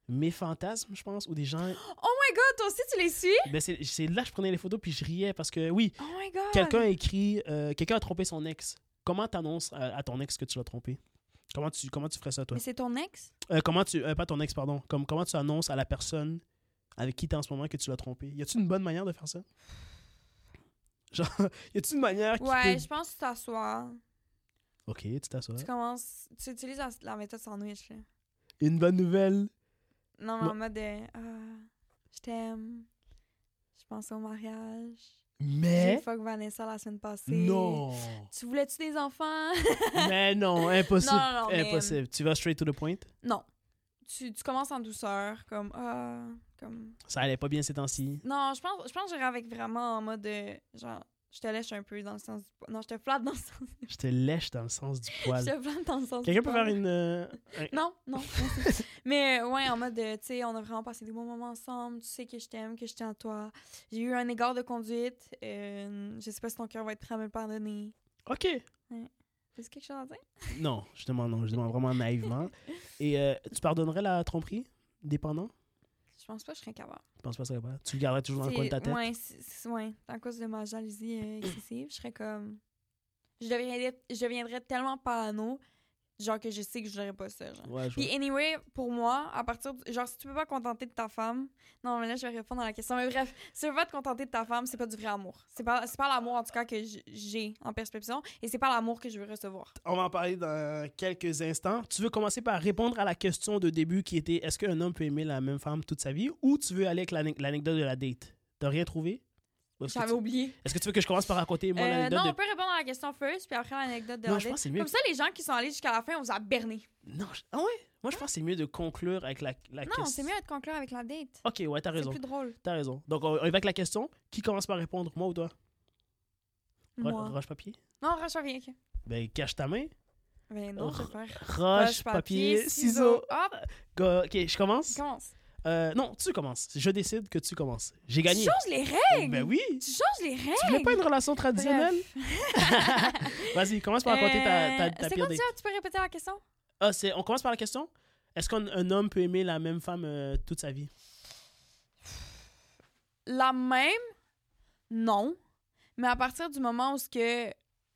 S1: Mes fantasmes, je pense, ou des gens.
S2: Oh my god, toi aussi tu les suis?
S1: Ben, c'est c'est là que je prenais les photos puis je riais parce que, oui,
S2: Oh my god.
S1: quelqu'un a écrit euh, Quelqu'un a trompé son ex. Comment t'annonces à, à ton ex que tu l'as trompé? Comment tu, comment tu ferais ça, toi?
S2: Mais c'est ton ex?
S1: Euh, comment tu. euh, pas ton ex, pardon. Comme, comment tu annonces à la personne avec qui t'es en ce moment que tu l'as trompé? Y a-t-il une bonne manière de faire ça? Genre, y a-t-il une manière qui
S2: Ouais,
S1: peut-
S2: je pense que tu t'assois.
S1: Ok, tu t'assois.
S2: Tu commences. Tu utilises la, la méthode sandwich, là.
S1: Une bonne nouvelle.
S2: Non, mais
S1: Moi-
S2: en mode de. Ah, je t'aime. Je pense au mariage. J'ai
S1: Mais.
S2: fuck Vanessa la semaine passée.
S1: Eh? Non!
S2: Tu voulais-tu des enfants?
S1: mais non, impossible.
S2: Non, non, non, mais- euh,
S1: impossible. Tu vas straight to the point.
S2: non. Tu, tu commences en douceur, comme. Ah, comme.
S1: Ça allait pas bien ces temps-ci.
S2: Non, je pense, je pense que j'irais avec vraiment en mode de. Genre, je te lèche un peu dans le sens. du po- Non, je te flatte dans le sens.
S1: Je te lèche dans le sens du
S2: Je
S1: poil.
S2: te flatte dans le sens. du
S1: Quelqu'un peut
S2: poil.
S1: faire une. euh,
S2: Non, non. merci. Mais euh, ouais, en mode, de, tu sais, on a vraiment passé des bons moments ensemble. Tu sais que je t'aime, que je tiens à toi. J'ai eu un égard de conduite. euh, je sais pas si ton cœur va être prêt à me le pardonner.
S1: Ok.
S2: Est-ce quelque chose à dire?
S1: Non, je demande, non, je demande vraiment naïvement. Et euh, tu pardonnerais la tromperie? Dépendant?
S2: Je pense pas que je serais capable.
S1: Je pense pas ça. va. Tu le garderais toujours dans le coin de ta tête?
S2: Ouais, c'est- c'est- ouais, à cause de ma jalousie euh, excessive, je serais comme. Je deviendrais, je deviendrais tellement parano, genre que je sais que je n'aurais pas ça. Genre.
S1: Ouais, je vois.
S2: Puis anyway, pour moi, à partir du- genre si tu peux pas te contenter de ta femme, non mais là je vais répondre à la question. Mais bref, si tu peux pas te contenter de ta femme, c'est pas du vrai amour. C'est pas c'est pas l'amour en tout cas que j- j'ai en perception et c'est pas l'amour que je veux recevoir.
S1: On va en parler dans quelques instants. Tu veux commencer par répondre à la question de début qui était est-ce qu'un homme peut aimer la même femme toute sa vie ou tu veux aller avec l'ane- l'anecdote de la date? T'as rien trouvé? Ou Est-ce que,
S2: J'avais
S1: tu-
S2: oublié.
S1: est-ce que tu veux que je commence par raconter moi
S2: Euh,
S1: l'anecdote
S2: non,
S1: de-
S2: on peut répondre à la question first, puis après l'anecdote de
S1: Non,
S2: la
S1: je pense
S2: dette.
S1: que c'est mieux.
S2: Comme ça, les gens qui sont allés jusqu'à la fin, on vous a berné.
S1: Non, je- ah ouais? Moi, je pense que c'est mieux de conclure avec la, la question.
S2: Non, c'est mieux de conclure avec la date.
S1: Ok, ouais, t'as
S2: C'est
S1: raison.
S2: plus drôle.
S1: T'as raison. Donc, on, on y va avec la question. Qui commence par répondre, moi ou toi? Ro-
S2: Moi.
S1: Roche, papier?
S2: Non, Roche, papier. ok.
S1: Ben, cache ta main.
S2: Mais non, je
S1: Roche,
S2: vais faire.
S1: Roche, papier, ciseaux.
S2: Hop,
S1: Go- Ok, je commence?
S2: Ah, commence.
S1: Euh, non, tu commences. Je décide que tu commences. J'ai
S2: Tu
S1: gagné.
S2: changes les règles.
S1: Ben oui.
S2: Tu changes les règles.
S1: Tu voulais pas une relation traditionnelle? Vas-y, commence par raconter ta, ta,
S2: Euh,
S1: ta
S2: C'est
S1: pire
S2: quoi
S1: date.
S2: déjà? Tu peux répéter la question?
S1: Ah, c'est- on commence par la question. Est-ce qu'un un homme peut aimer la même femme euh, toute sa vie?
S2: La même? Non. Mais à partir du moment où ce que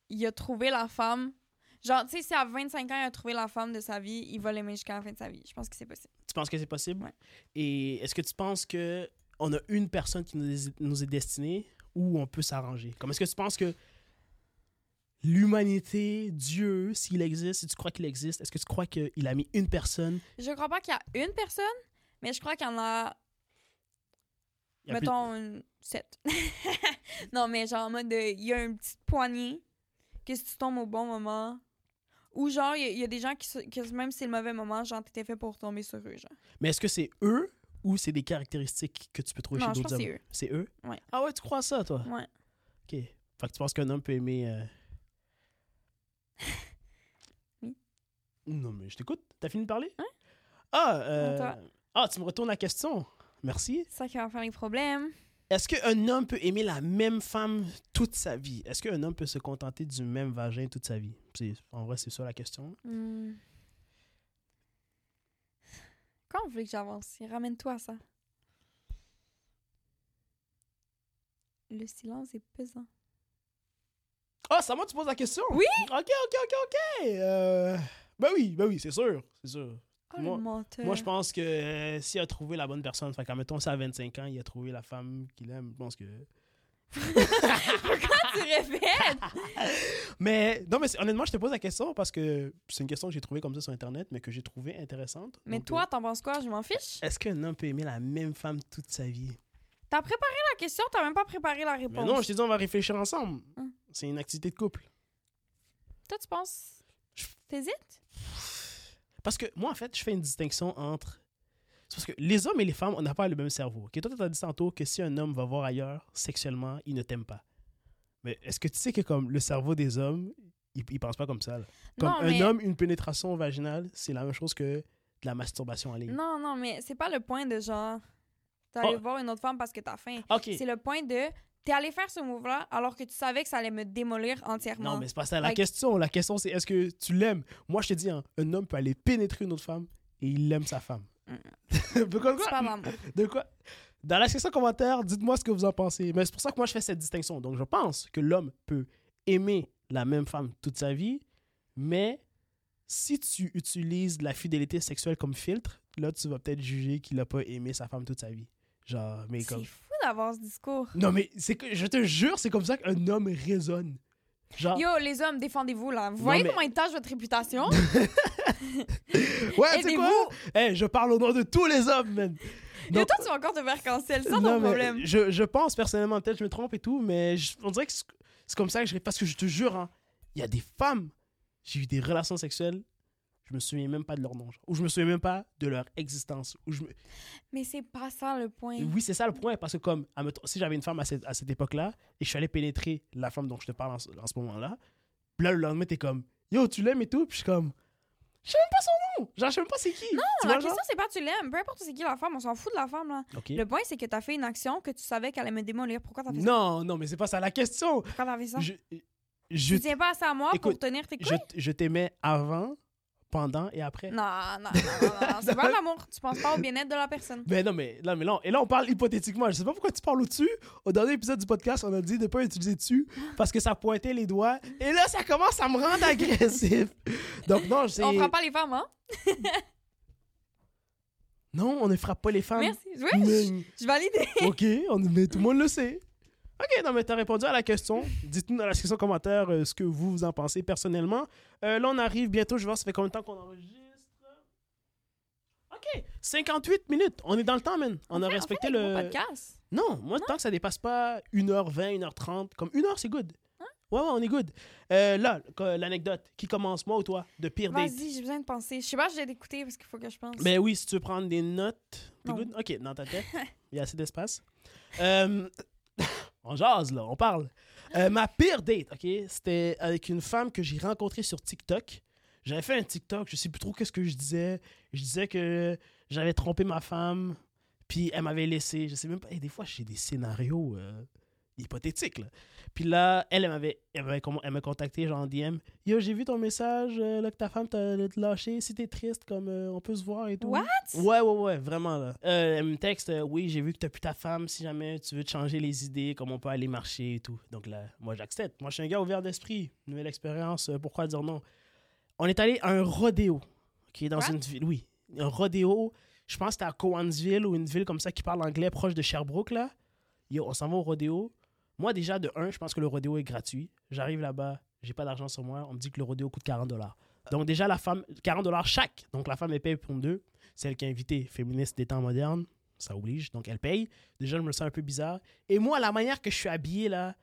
S2: il a trouvé la femme, genre, tu sais, si à 25 ans, il a trouvé la femme de sa vie, il va l'aimer jusqu'à la fin de sa vie. Je pense que c'est possible.
S1: Tu penses que c'est possible?
S2: Ouais.
S1: Et est-ce que tu penses que on a une personne qui nous est, nous est destinée ou on peut s'arranger? Comme est-ce que tu penses que l'humanité, Dieu, s'il existe, si tu crois qu'il existe, est-ce que tu crois qu'il a mis une personne?
S2: Je crois pas qu'il y a une personne, mais je crois qu'il y en a,
S1: il y a plus-
S2: mettons, une- sept. non, mais genre, en mode, de- il y a une petite poignée que si tu tombes au bon moment, ou genre, il y a- il y, a des gens qui, se- que même si c'est le mauvais moment, genre, t'étais fait pour tomber sur eux, genre.
S1: Mais est-ce que c'est eux ou c'est des caractéristiques que tu peux trouver
S2: non,
S1: chez
S2: je pense
S1: d'autres
S2: que
S1: hommes?
S2: c'est eux.
S1: C'est eux?
S2: Ouais.
S1: Ah ouais, tu crois à ça, toi?
S2: Ouais.
S1: OK. Fait que tu penses qu'un homme peut aimer... euh,
S2: Oui.
S1: Non, mais je t'écoute. T'as fini de parler?
S2: Ouais.
S1: Ah, euh,
S2: toi.
S1: ah, tu me retournes la question. Merci.
S2: C'est ça qui va faire les problèmes.
S1: Est-ce qu'un homme peut aimer la même femme toute sa vie? Est-ce qu'un homme peut se contenter du même vagin toute sa vie? C'est- En vrai, c'est ça la question.
S2: Hmm. Quand vous voulez que j'avance? Ramène-toi à ça. Le silence est pesant.
S1: Ah, c'est à moi que tu poses la question?
S2: Oui!
S1: OK, OK, OK, OK. Euh, Ben oui, ben oui, c'est sûr, c'est sûr.
S2: Oh,
S1: Moi-
S2: le menteur.
S1: Moi, je pense que euh, s'il a trouvé la bonne personne, fait qu'à mettons, ça à 25 ans, il a trouvé la femme qu'il aime, je pense que...
S2: Pourquoi tu répètes?
S1: Mais, non, mais c'est- honnêtement, je te pose la question parce que c'est une question que j'ai trouvée comme ça sur Internet, mais que j'ai trouvée intéressante.
S2: Mais
S1: Donc,
S2: toi, t'en penses quoi? Je m'en fiche.
S1: euh, est-ce qu'un homme peut aimer la même femme toute sa vie?
S2: T'as préparé la question, t'as même pas préparé la
S1: Mais
S2: réponse.
S1: non, je t'ai dit, on va réfléchir ensemble.
S2: Hum.
S1: C'est une activité de couple.
S2: Toi, tu penses...
S1: Je-
S2: T'hésites?
S1: Parce que moi, en fait, je fais une distinction entre. C'est parce que les hommes et les femmes, on n'a pas le même cerveau. Ok, Toi, tu as dit tantôt que si un homme va voir ailleurs, sexuellement, il ne t'aime pas. Mais est-ce que tu sais que comme le cerveau des hommes, ils ne pensent pas comme ça? là? Comme
S2: non,
S1: un
S2: mais...
S1: homme, une pénétration vaginale, c'est la même chose que de la masturbation en ligne.
S2: Non, non, mais c'est pas le point de genre... T'es allé
S1: Oh.
S2: voir une autre femme parce que t'as faim.
S1: OK.
S2: C'est le point de t'es allé faire ce move-là alors que tu savais que ça allait me démolir entièrement.
S1: Non, mais c'est pas ça la
S2: Like-
S1: question. La question, c'est est-ce que tu l'aimes? Moi, je te dis, hein, un homme peut aller pénétrer une autre femme et il aime sa femme.
S2: Mm.
S1: De quoi-
S2: C'est pas maman.
S1: De quoi? Dans la section commentaire, dites-moi ce que vous en pensez. Mais c'est pour ça que moi, je fais cette distinction. Donc, je pense que l'homme peut aimer la même femme toute sa vie, mais si tu utilises la fidélité sexuelle comme filtre, là, tu vas peut-être juger qu'il a pas aimé sa femme toute sa vie. Genre, mais comme...
S2: C'est fou d'avoir ce discours.
S1: Non, mais c'est que, je te jure, c'est comme ça qu'un homme raisonne. Genre,
S2: Yo, les hommes, défendez-vous là. Vous
S1: Ah. Non,
S2: voyez
S1: mais-
S2: comment ils tâchent votre réputation?
S1: ouais, tu sais quoi?
S2: Aidez-vous.
S1: Hey, je parle au nom de tous les hommes, man.
S2: Mais
S1: Donc-
S2: toi, tu vas encore te faire cancel, sans
S1: Non,
S2: ton
S1: mais
S2: problème.
S1: Je, je pense personnellement, peut-être je me trompe et tout, mais je- on dirait que c'est c'est comme ça que je. Parce que je te jure, hein, il y a des femmes, j'ai eu des relations sexuelles, je me souviens même pas de leur nom, genre, ou je me souviens même pas de leur existence. Ou je me-
S2: Mais c'est pas ça le point.
S1: Oui, c'est ça le point, parce que comme, admettons, si j'avais une femme à cette, à cette époque-là, et je suis allé pénétrer la femme dont je te parle en, ce- en ce moment-là, puis là, le lendemain, t'es comme, yo, tu l'aimes et tout, puis je suis comme, je sais même pas son nom, genre, je sais même pas c'est qui. Non,
S2: Non, la question, c'est pas tu l'aimes. Peu importe c'est qui la femme, on s'en fout de la femme là. Le point, c'est que t'as fait une action que tu savais qu'elle allait me démolir. Pourquoi t'as fait ça?
S1: Non, non, mais c'est pas ça la question.
S2: Pourquoi t'as fait ça?
S1: Je, je
S2: Tu tiens pas assez à moi pour
S1: Écoute,
S2: tenir tes couilles?
S1: je, je t'aimais avant, pendant et après.
S2: Non, non, non, non, non, non. c'est pas de l'amour. Tu penses pas au bien-être de la personne.
S1: Mais Ben non, mais là, mais là, on- et là, on parle hypothétiquement. Je sais pas pourquoi tu parles au-dessus. Au dernier épisode du podcast, on a dit de pas utiliser dessus parce que ça pointait les doigts. Et là, ça commence à me rendre agressif. Donc, non, c'est.
S2: On fera pas les femmes, hein?
S1: Non, on ne frappe pas les femmes.
S2: Merci. Oui, je-
S1: Mais-
S2: Je valide.
S1: OK, on, mais tout le monde le sait. OK, non, mais t'as répondu à la question. Dites-nous dans la section commentaire euh, ce que vous, vous en pensez personnellement. Euh, là, on arrive bientôt. Je vais voir ça fait combien de temps qu'on enregistre. OK, 58 minutes. On est dans le temps, man. On, a
S2: fait-
S1: respecté
S2: fait des
S1: le.
S2: gros podcasts.
S1: Non, moi, tant que ça dépasse pas 1h20, 1h30, comme 1h, c'est good.
S2: Hein?
S1: Ouais, ouais, on est good. Euh, là, qu- l'anecdote, qui commence, moi ou toi, de pire date?
S2: Vas-y, j'ai besoin de penser. Je sais pas, je vais l'écouter parce qu'il faut que je pense.
S1: Ben oui, si tu veux prendre des notes, t'es
S2: Non.
S1: good? Ok, dans ta tête, il y a assez d'espace. Euh, on jase, là, on parle. Euh, ma pire date, ok, c'était avec une femme que j'ai rencontrée sur TikTok. J'avais fait un TikTok, je sais plus trop qu'est-ce que je disais. Je disais que j'avais trompé ma femme, puis elle m'avait laissé. Je sais même pas. Et des fois, j'ai des scénarios euh, hypothétiques, là. Puis là, elle, elle m'avait, elle m'avait com- elle m'a contacté, genre en DM. Yo, j'ai vu ton message, euh, là, que ta femme t'a t'a lâché. Si t'es triste, comme euh, on peut se voir et tout.
S2: What?
S1: Ouais, ouais, ouais, vraiment, là. Euh, elle me texte, euh, oui, j'ai vu que t'as plus ta femme. Si jamais tu veux te changer les idées, comme on peut aller marcher et tout. Donc là, moi, j'accepte. Moi, je suis un gars ouvert d'esprit. Nouvelle expérience, euh, pourquoi dire non? On est allé à un rodéo, qui est dans
S2: What?
S1: une ville, oui. Un rodéo, je pense que c'était à Cowansville ou une ville comme ça qui parle anglais proche de Sherbrooke, là. Yo, on s'en va au rodéo. Moi, déjà, de un, je pense que le rodéo est gratuit. J'arrive là-bas, j'ai pas d'argent sur moi. On me dit que le rodéo coûte 40 dollars. Donc, déjà, la femme, 40 dollars chaque. Donc, la femme, elle paye pour deux. Celle qui est invitée, féministe des temps modernes, ça oblige. Donc, elle paye. Déjà, je me sens un peu bizarre. Et moi, la manière que je suis habillé, là,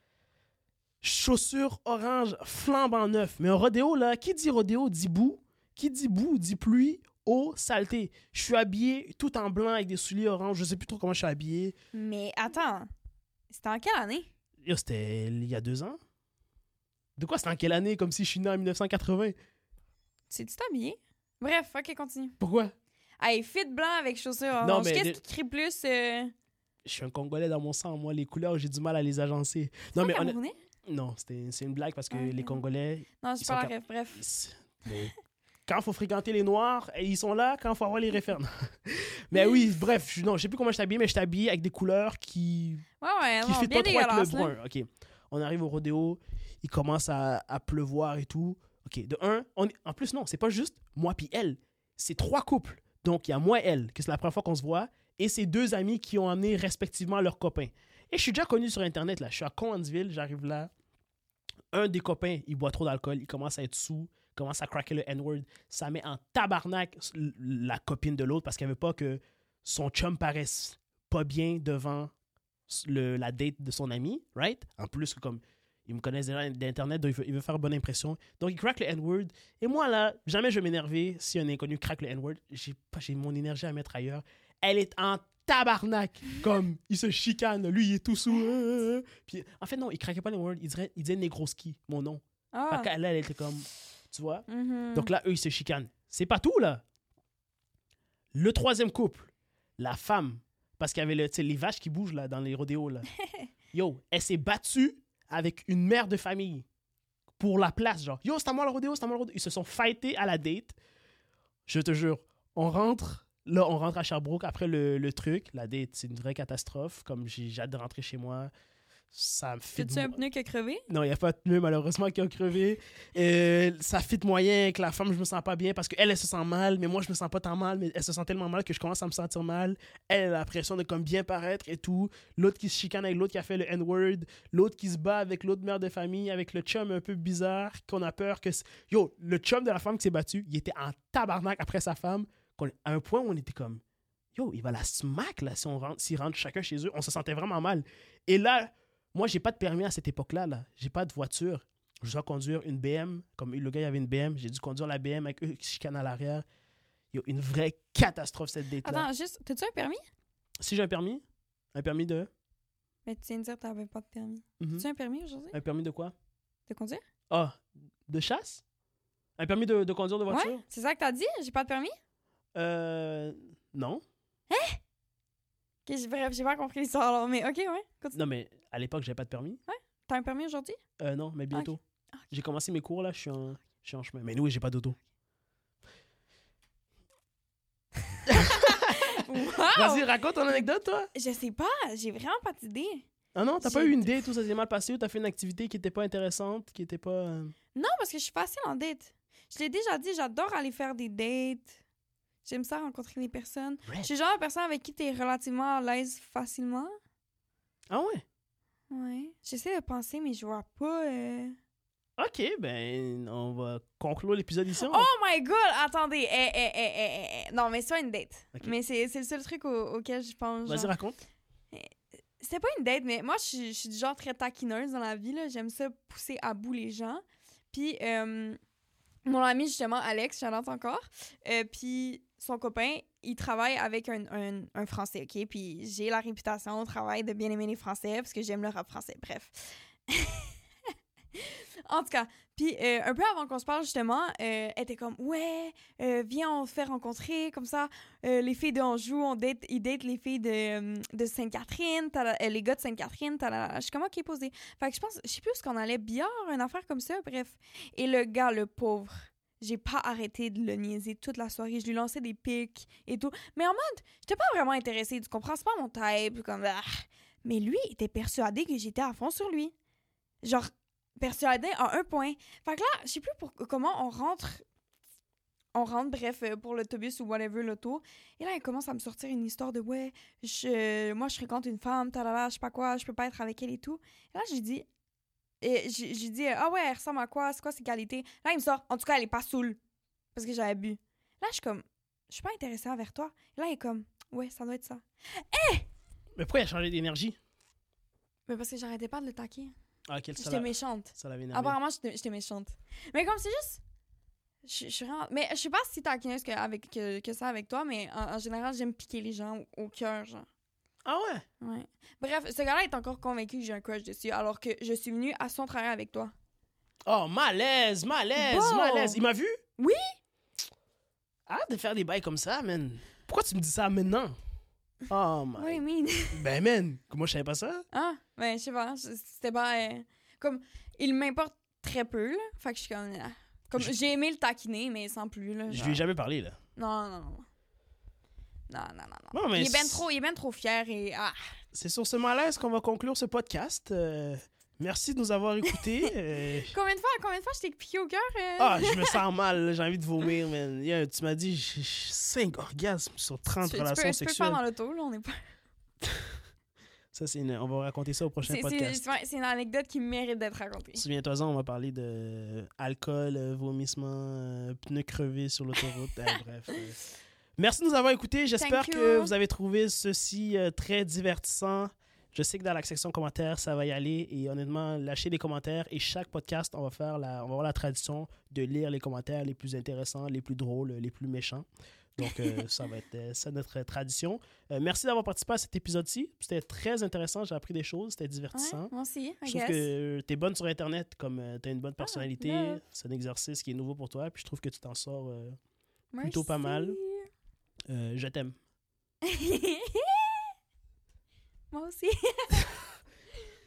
S1: chaussures orange flambant neuf. Mais un rodéo, là, qui dit rodéo dit boue. Qui dit boue dit pluie, eau, saleté. Je suis habillé tout en blanc avec des souliers orange. Je sais plus trop comment je suis habillé.
S2: Mais attends, c'était en quelle année?
S1: Yo, c'était il y a deux ans. De quoi c'était en quelle année Comme si je suis né en 1980.
S2: C'est-tu t'habillé? Bref, ok, continue.
S1: Pourquoi
S2: Hey, fit blanc avec chaussures
S1: Non,
S2: orange.
S1: mais
S2: Qu'est-ce
S1: les-
S2: qui crie plus? Euh...
S1: Je suis un Congolais dans mon sang. Moi, les couleurs, j'ai du mal à les agencer. Non, mais
S2: Mais
S1: honnêt- non, c'était- c'est une blague parce que
S2: Ah, ok.
S1: les Congolais,
S2: Non,
S1: Ils
S2: je
S1: sont
S2: parle
S1: cap-
S2: bref, bref.
S1: C'est- mais quand faut fréquenter les noirs, eh, ils sont là. Quand faut avoir les référents. mais oui, bref, je- non, je sais plus comment je t'habille, mais je t'habille avec des couleurs qui
S2: Ouais, ouais,
S1: qui
S2: non,
S1: fit
S2: bien
S1: pas trop avec le
S2: dégueulasse. là.
S1: brun. Ok, on arrive au rodéo, il commence à, à pleuvoir et tout. Ok, de un, on est- en plus non, c'est pas juste moi puis elle, c'est trois couples. Donc il y a moi et elle, que c'est la première fois qu'on se voit, et ses deux amis qui ont amené respectivement leurs copains. Et je suis déjà connu sur internet là, je suis à Cowansville, j'arrive là, un des copains, il boit trop d'alcool, il commence à être sous, commence à craquer le N-word, ça met en tabarnak l- la copine de l'autre parce qu'elle veut pas que son chum paraisse pas bien devant s- le, la date de son ami, right? En plus, comme ils me connaissent déjà d'Internet, donc il veut, il veut faire bonne impression. Donc, il craque le N-word. Et moi, là, jamais je vais m'énerver si un inconnu craque le N-word. J'ai pas- j'ai mon énergie à mettre ailleurs. Elle est en tabarnak. Comme, il se chicane. Lui, il est tout sous. euh, euh, euh. Puis, en fait, non, il craquait pas le N-word. Il, dirait- il disait Negroski, mon nom.
S2: Ah.
S1: Fait que là, elle était comme, tu vois.
S2: Mhm.
S1: Donc là, eux, ils se chicanent. C'est pas tout, là. Le troisième couple, la femme, parce qu'il y avait le, tu sais, les vaches qui bougent là, dans les rodéos. Là. Yo, elle s'est battue avec une mère de famille pour la place. Genre, yo, c'est à moi le rodéo, c'est à moi le rodéo. Ils se sont fightés à la date. Je te jure, on rentre. Là, on rentre à Sherbrooke après le, le truc. La date, c'est une vraie catastrophe. Comme j'ai j'ai hâte de rentrer chez moi, ça me fait de
S2: T'as-tu un
S1: moi-
S2: pneu qui a crevé?
S1: non, il n'y a pas de pneu, malheureusement, qui a crevé. Euh, ça fit moyen avec la femme, je me sens pas bien parce qu'elle, elle se sent mal, mais moi, je me sens pas tant mal, mais elle se sent tellement mal que je commence à me sentir mal. Elle elle a la pression de comme bien paraître et tout. L'autre qui se chicane avec l'autre qui a fait le N-word. L'autre qui se bat avec l'autre mère de famille, avec le chum un peu bizarre, qu'on a peur que. c'est- Yo, le chum de la femme qui s'est battu, il était en tabarnak après sa femme, qu'on- à un point où on était comme. Yo, il va la smack là si on rentre, s'ils rentrent chacun chez eux. On se sentait vraiment mal. Et là, moi, j'ai pas de permis à cette époque-là. Là. J'ai pas de voiture. Je dois conduire une BM. Comme le gars, il avait une BM. J'ai dû conduire la BM avec eux qui se chicanent à l'arrière. Yo, une vraie catastrophe cette date-là.
S2: Attends, juste, t'as-tu un permis?
S1: Si j'ai un permis, un permis de.
S2: Mais tu viens de dire que t'avais pas de permis.
S1: Mhm.
S2: T'as-tu un permis aujourd'hui
S1: Un permis de quoi
S2: de conduire?
S1: Ah, de chasse Un permis de, de conduire de voiture
S2: Ouais, c'est ça que t'as dit? J'ai pas de permis?
S1: Euh. Non.
S2: Ok, j'ai- bref, j'ai pas compris l'histoire là, mais ok, ouais, continue.
S1: Non, mais à l'époque, j'avais pas de permis.
S2: T'as un permis aujourd'hui?
S1: Euh, non, mais bientôt. J'ai commencé mes cours là, je suis en, je suis en chemin. Mais oui, j'ai pas d'auto.
S2: Wow! Ah,
S1: Vas-y, raconte ton anecdote, toi
S2: Je sais pas, j'ai vraiment pas d'idée.
S1: Ah non, t'as pas
S2: J'ai-
S1: eu une idée, tout ça s'est mal passé ou t'as fait une activité qui était pas intéressante, qui était pas. euh,
S2: Non, parce que je suis facile en date. Je l'ai déjà dit, j'adore aller faire des dates. J'aime ça rencontrer des personnes.
S1: Red.
S2: Je suis le genre de personne avec qui t'es relativement à l'aise facilement.
S1: Ah ouais
S2: Ouais. J'essaie de penser, mais je vois pas. euh,
S1: OK, ben, on va conclure l'épisode ici. on-
S2: Oh my god, attendez. eh, eh, eh, eh, eh, eh. Non, mais c'est pas une date.
S1: Ok.
S2: Mais c'est c'est le seul truc au- auquel je pense.
S1: Vas-y,
S2: genre.
S1: raconte.
S2: C'était pas une date, mais moi, je suis- je suis du genre très taquineuse dans la vie. là. J'aime ça pousser à bout les gens. Puis, euh, mon ami, justement, Alex, j'en entends encore. euh, puis, son copain, il travaille avec un, un- un Français, OK? Puis, j'ai la réputation au travail de bien aimer les Français parce que j'aime le rap français. Bref. en tout cas, puis euh, un peu avant qu'on se parle, justement, euh, elle était comme « Ouais, euh, viens, on se fait rencontrer, comme ça, euh, les filles de Anjou, on date, ils datent les filles de, hum, de Sainte-Catherine, tala- euh, les gars de Sainte-Catherine, tala- je suis comment qui est posé. Fait que je pense, je sais plus où est-ce qu'on allait, billard, une affaire comme ça, bref. Et le gars, le pauvre, j'ai pas arrêté de le niaiser toute la soirée, je lui lançais des pics et tout. Mais en mode, j'étais pas vraiment intéressée, tu comprends, c'est pas mon type, comme ah. Mais lui il était persuadé que j'étais à fond sur lui. Genre, persuadé à un point. Fait que là, je sais plus pour, comment on rentre. On rentre, bref, euh, pour l'autobus ou whatever, l'auto. Et là, elle commence à me sortir une histoire de ouais, je, moi, je fréquente une femme, talala, je sais pas quoi, je peux pas être avec elle et tout. Et là, j'ai dit, et j'ai j'ai dit, ah ouais, elle ressemble à quoi, c'est quoi ses qualités. Là, il me sort, en tout cas, elle est pas saoule. Parce que j'avais bu. Là, je suis comme, je suis pas intéressée envers toi. Et là, il est comme, ouais, ça doit être ça.
S1: Mais pourquoi il a changé d'énergie?
S2: Mais parce que j'arrêtais pas de le taquer.
S1: Ah, quel ça
S2: J'étais Ah,
S1: l'a-
S2: méchante.
S1: ça l'avait énervé.
S2: Apparemment, j'étais j'étais méchante. Mais comme c'est juste. Je je suis vraiment. Mais je sais pas si taquineuse que, avec, que, que ça avec toi, mais en, en général, j'aime piquer les gens au, au cœur, genre.
S1: Ah ouais?
S2: Ouais. Bref, ce gars-là est encore convaincu que j'ai un crush dessus, alors que je suis venue à son travail avec toi.
S1: Oh, malaise, malaise,
S2: Bon.
S1: malaise. Il m'a vu?
S2: Oui.
S1: Arrête de faire des bails comme ça, man. Pourquoi tu me dis ça maintenant? Oh,
S2: What do
S1: my.
S2: you mean?
S1: Ben, man, moi, je savais pas ça.
S2: ah, ben, je sais pas. je- C'était pas. euh, comme, il m'importe très peu, là. Fait que je suis comme. ah. Comme,
S1: Je-
S2: j'ai aimé le taquiner, mais sans plus, là.
S1: Je
S2: genre.
S1: lui ai jamais parlé, là.
S2: Non, non, non. non. Non, non, non, non.
S1: Bon, mais
S2: il est ben
S1: c'est-
S2: trop, il est ben trop fier et. Ah!
S1: C'est sur ce malaise qu'on va conclure ce podcast. Euh, merci de nous avoir écoutés. Euh,
S2: Combien de fois, combien de fois je t'ai piqué au cœur? euh?
S1: Ah, je me sens mal, là. j'ai envie de vomir, man. Yo, tu m'as dit 5 orgasmes sur 30
S2: Tu- tu,
S1: relations
S2: peux, tu peux le faire
S1: sexuelles.
S2: dans l'auto, là, on est pas.
S1: Ça, c'est une- on va raconter ça au prochain
S2: C'est- C'est
S1: podcast.
S2: c'est- ouais, c'est une anecdote qui mérite d'être racontée.
S1: Souviens-toi, on va parler de euh, alcool, euh, vomissement, euh, pneus crevés sur l'autoroute. Ah, bref. euh. Merci de nous avoir écoutés. J'espère
S2: Thank
S1: que
S2: you.
S1: vous avez trouvé ceci euh, très divertissant. Je sais que dans la section commentaires, ça va y aller. Et honnêtement, lâchez des commentaires. Et chaque podcast, on va faire la, on va avoir la tradition de lire les commentaires les plus intéressants, les plus drôles, les plus méchants. Donc, euh, ça va être euh, ça notre tradition. Euh, merci d'avoir participé à cet épisode-ci. C'était très intéressant. J'ai appris des choses. C'était divertissant.
S2: Ouais, moi aussi, I
S1: Je trouve
S2: guess. Ah,
S1: que tu es bonne sur Internet, comme euh, t'as tu as une bonne personnalité,
S2: love.
S1: c'est un exercice qui est nouveau pour toi, puis je trouve que tu t'en sors. euh,
S2: Merci.
S1: plutôt pas mal. euh, je t'aime.
S2: moi aussi.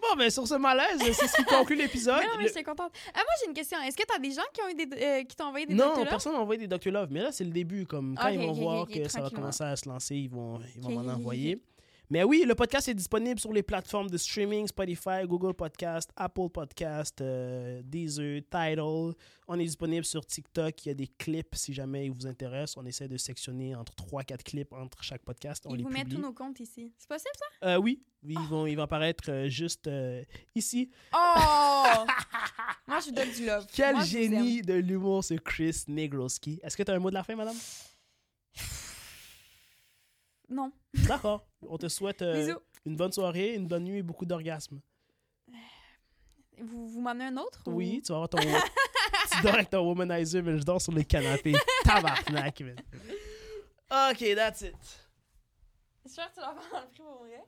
S1: Bon, ben sur ce malaise, c'est ce qui conclut l'épisode.
S2: Mais non, mais
S1: Le-
S2: j'étais contente. Ah, moi, j'ai une question. Est-ce que t'as des gens qui ont eu des, euh, qui t'ont envoyé des
S1: Non,
S2: photos, là?
S1: personne m'a envoyé des Doctor Love, mais là, c'est le début. Comme quand
S2: Ok,
S1: ils vont
S2: ok,
S1: voir
S2: ok,
S1: que ça va
S2: tranquillement.
S1: commencer à se lancer, ils vont, ils vont
S2: Ok,
S1: m'en
S2: ok, ok,
S1: envoyer. Mais oui, le podcast est disponible sur les plateformes de streaming Spotify, Google Podcast, Apple Podcast, euh, Deezer, Tidal. On est disponible sur TikTok. Il y a des clips si jamais ils vous intéressent. On essaie de sectionner entre 3-4 clips entre chaque podcast. On
S2: Ils
S1: les
S2: vous mettent
S1: publie.
S2: tous nos comptes ici. C'est possible, ça?
S1: Euh, oui, ils vont, ils vont apparaître euh, juste euh, ici.
S2: Oh! moi, je vous donne du love.
S1: Quel
S2: Moi, je vous aime.
S1: génie de l'humour, ce Chris Negroski. Est-ce que tu as un mot de la fin, madame?
S2: Non.
S1: D'accord. On te souhaite euh,
S2: Bisous.
S1: une bonne soirée, une bonne nuit et beaucoup d'orgasmes.
S2: Vous, vous m'amenez un autre? ou-
S1: Oui, tu vas avoir ton. tu dors avec ton womanizer, mais je dors sur le canapé. Tabarnak, man. OK, that's it.
S2: Je suis sûre que tu l'as pas enlevé pour vrai.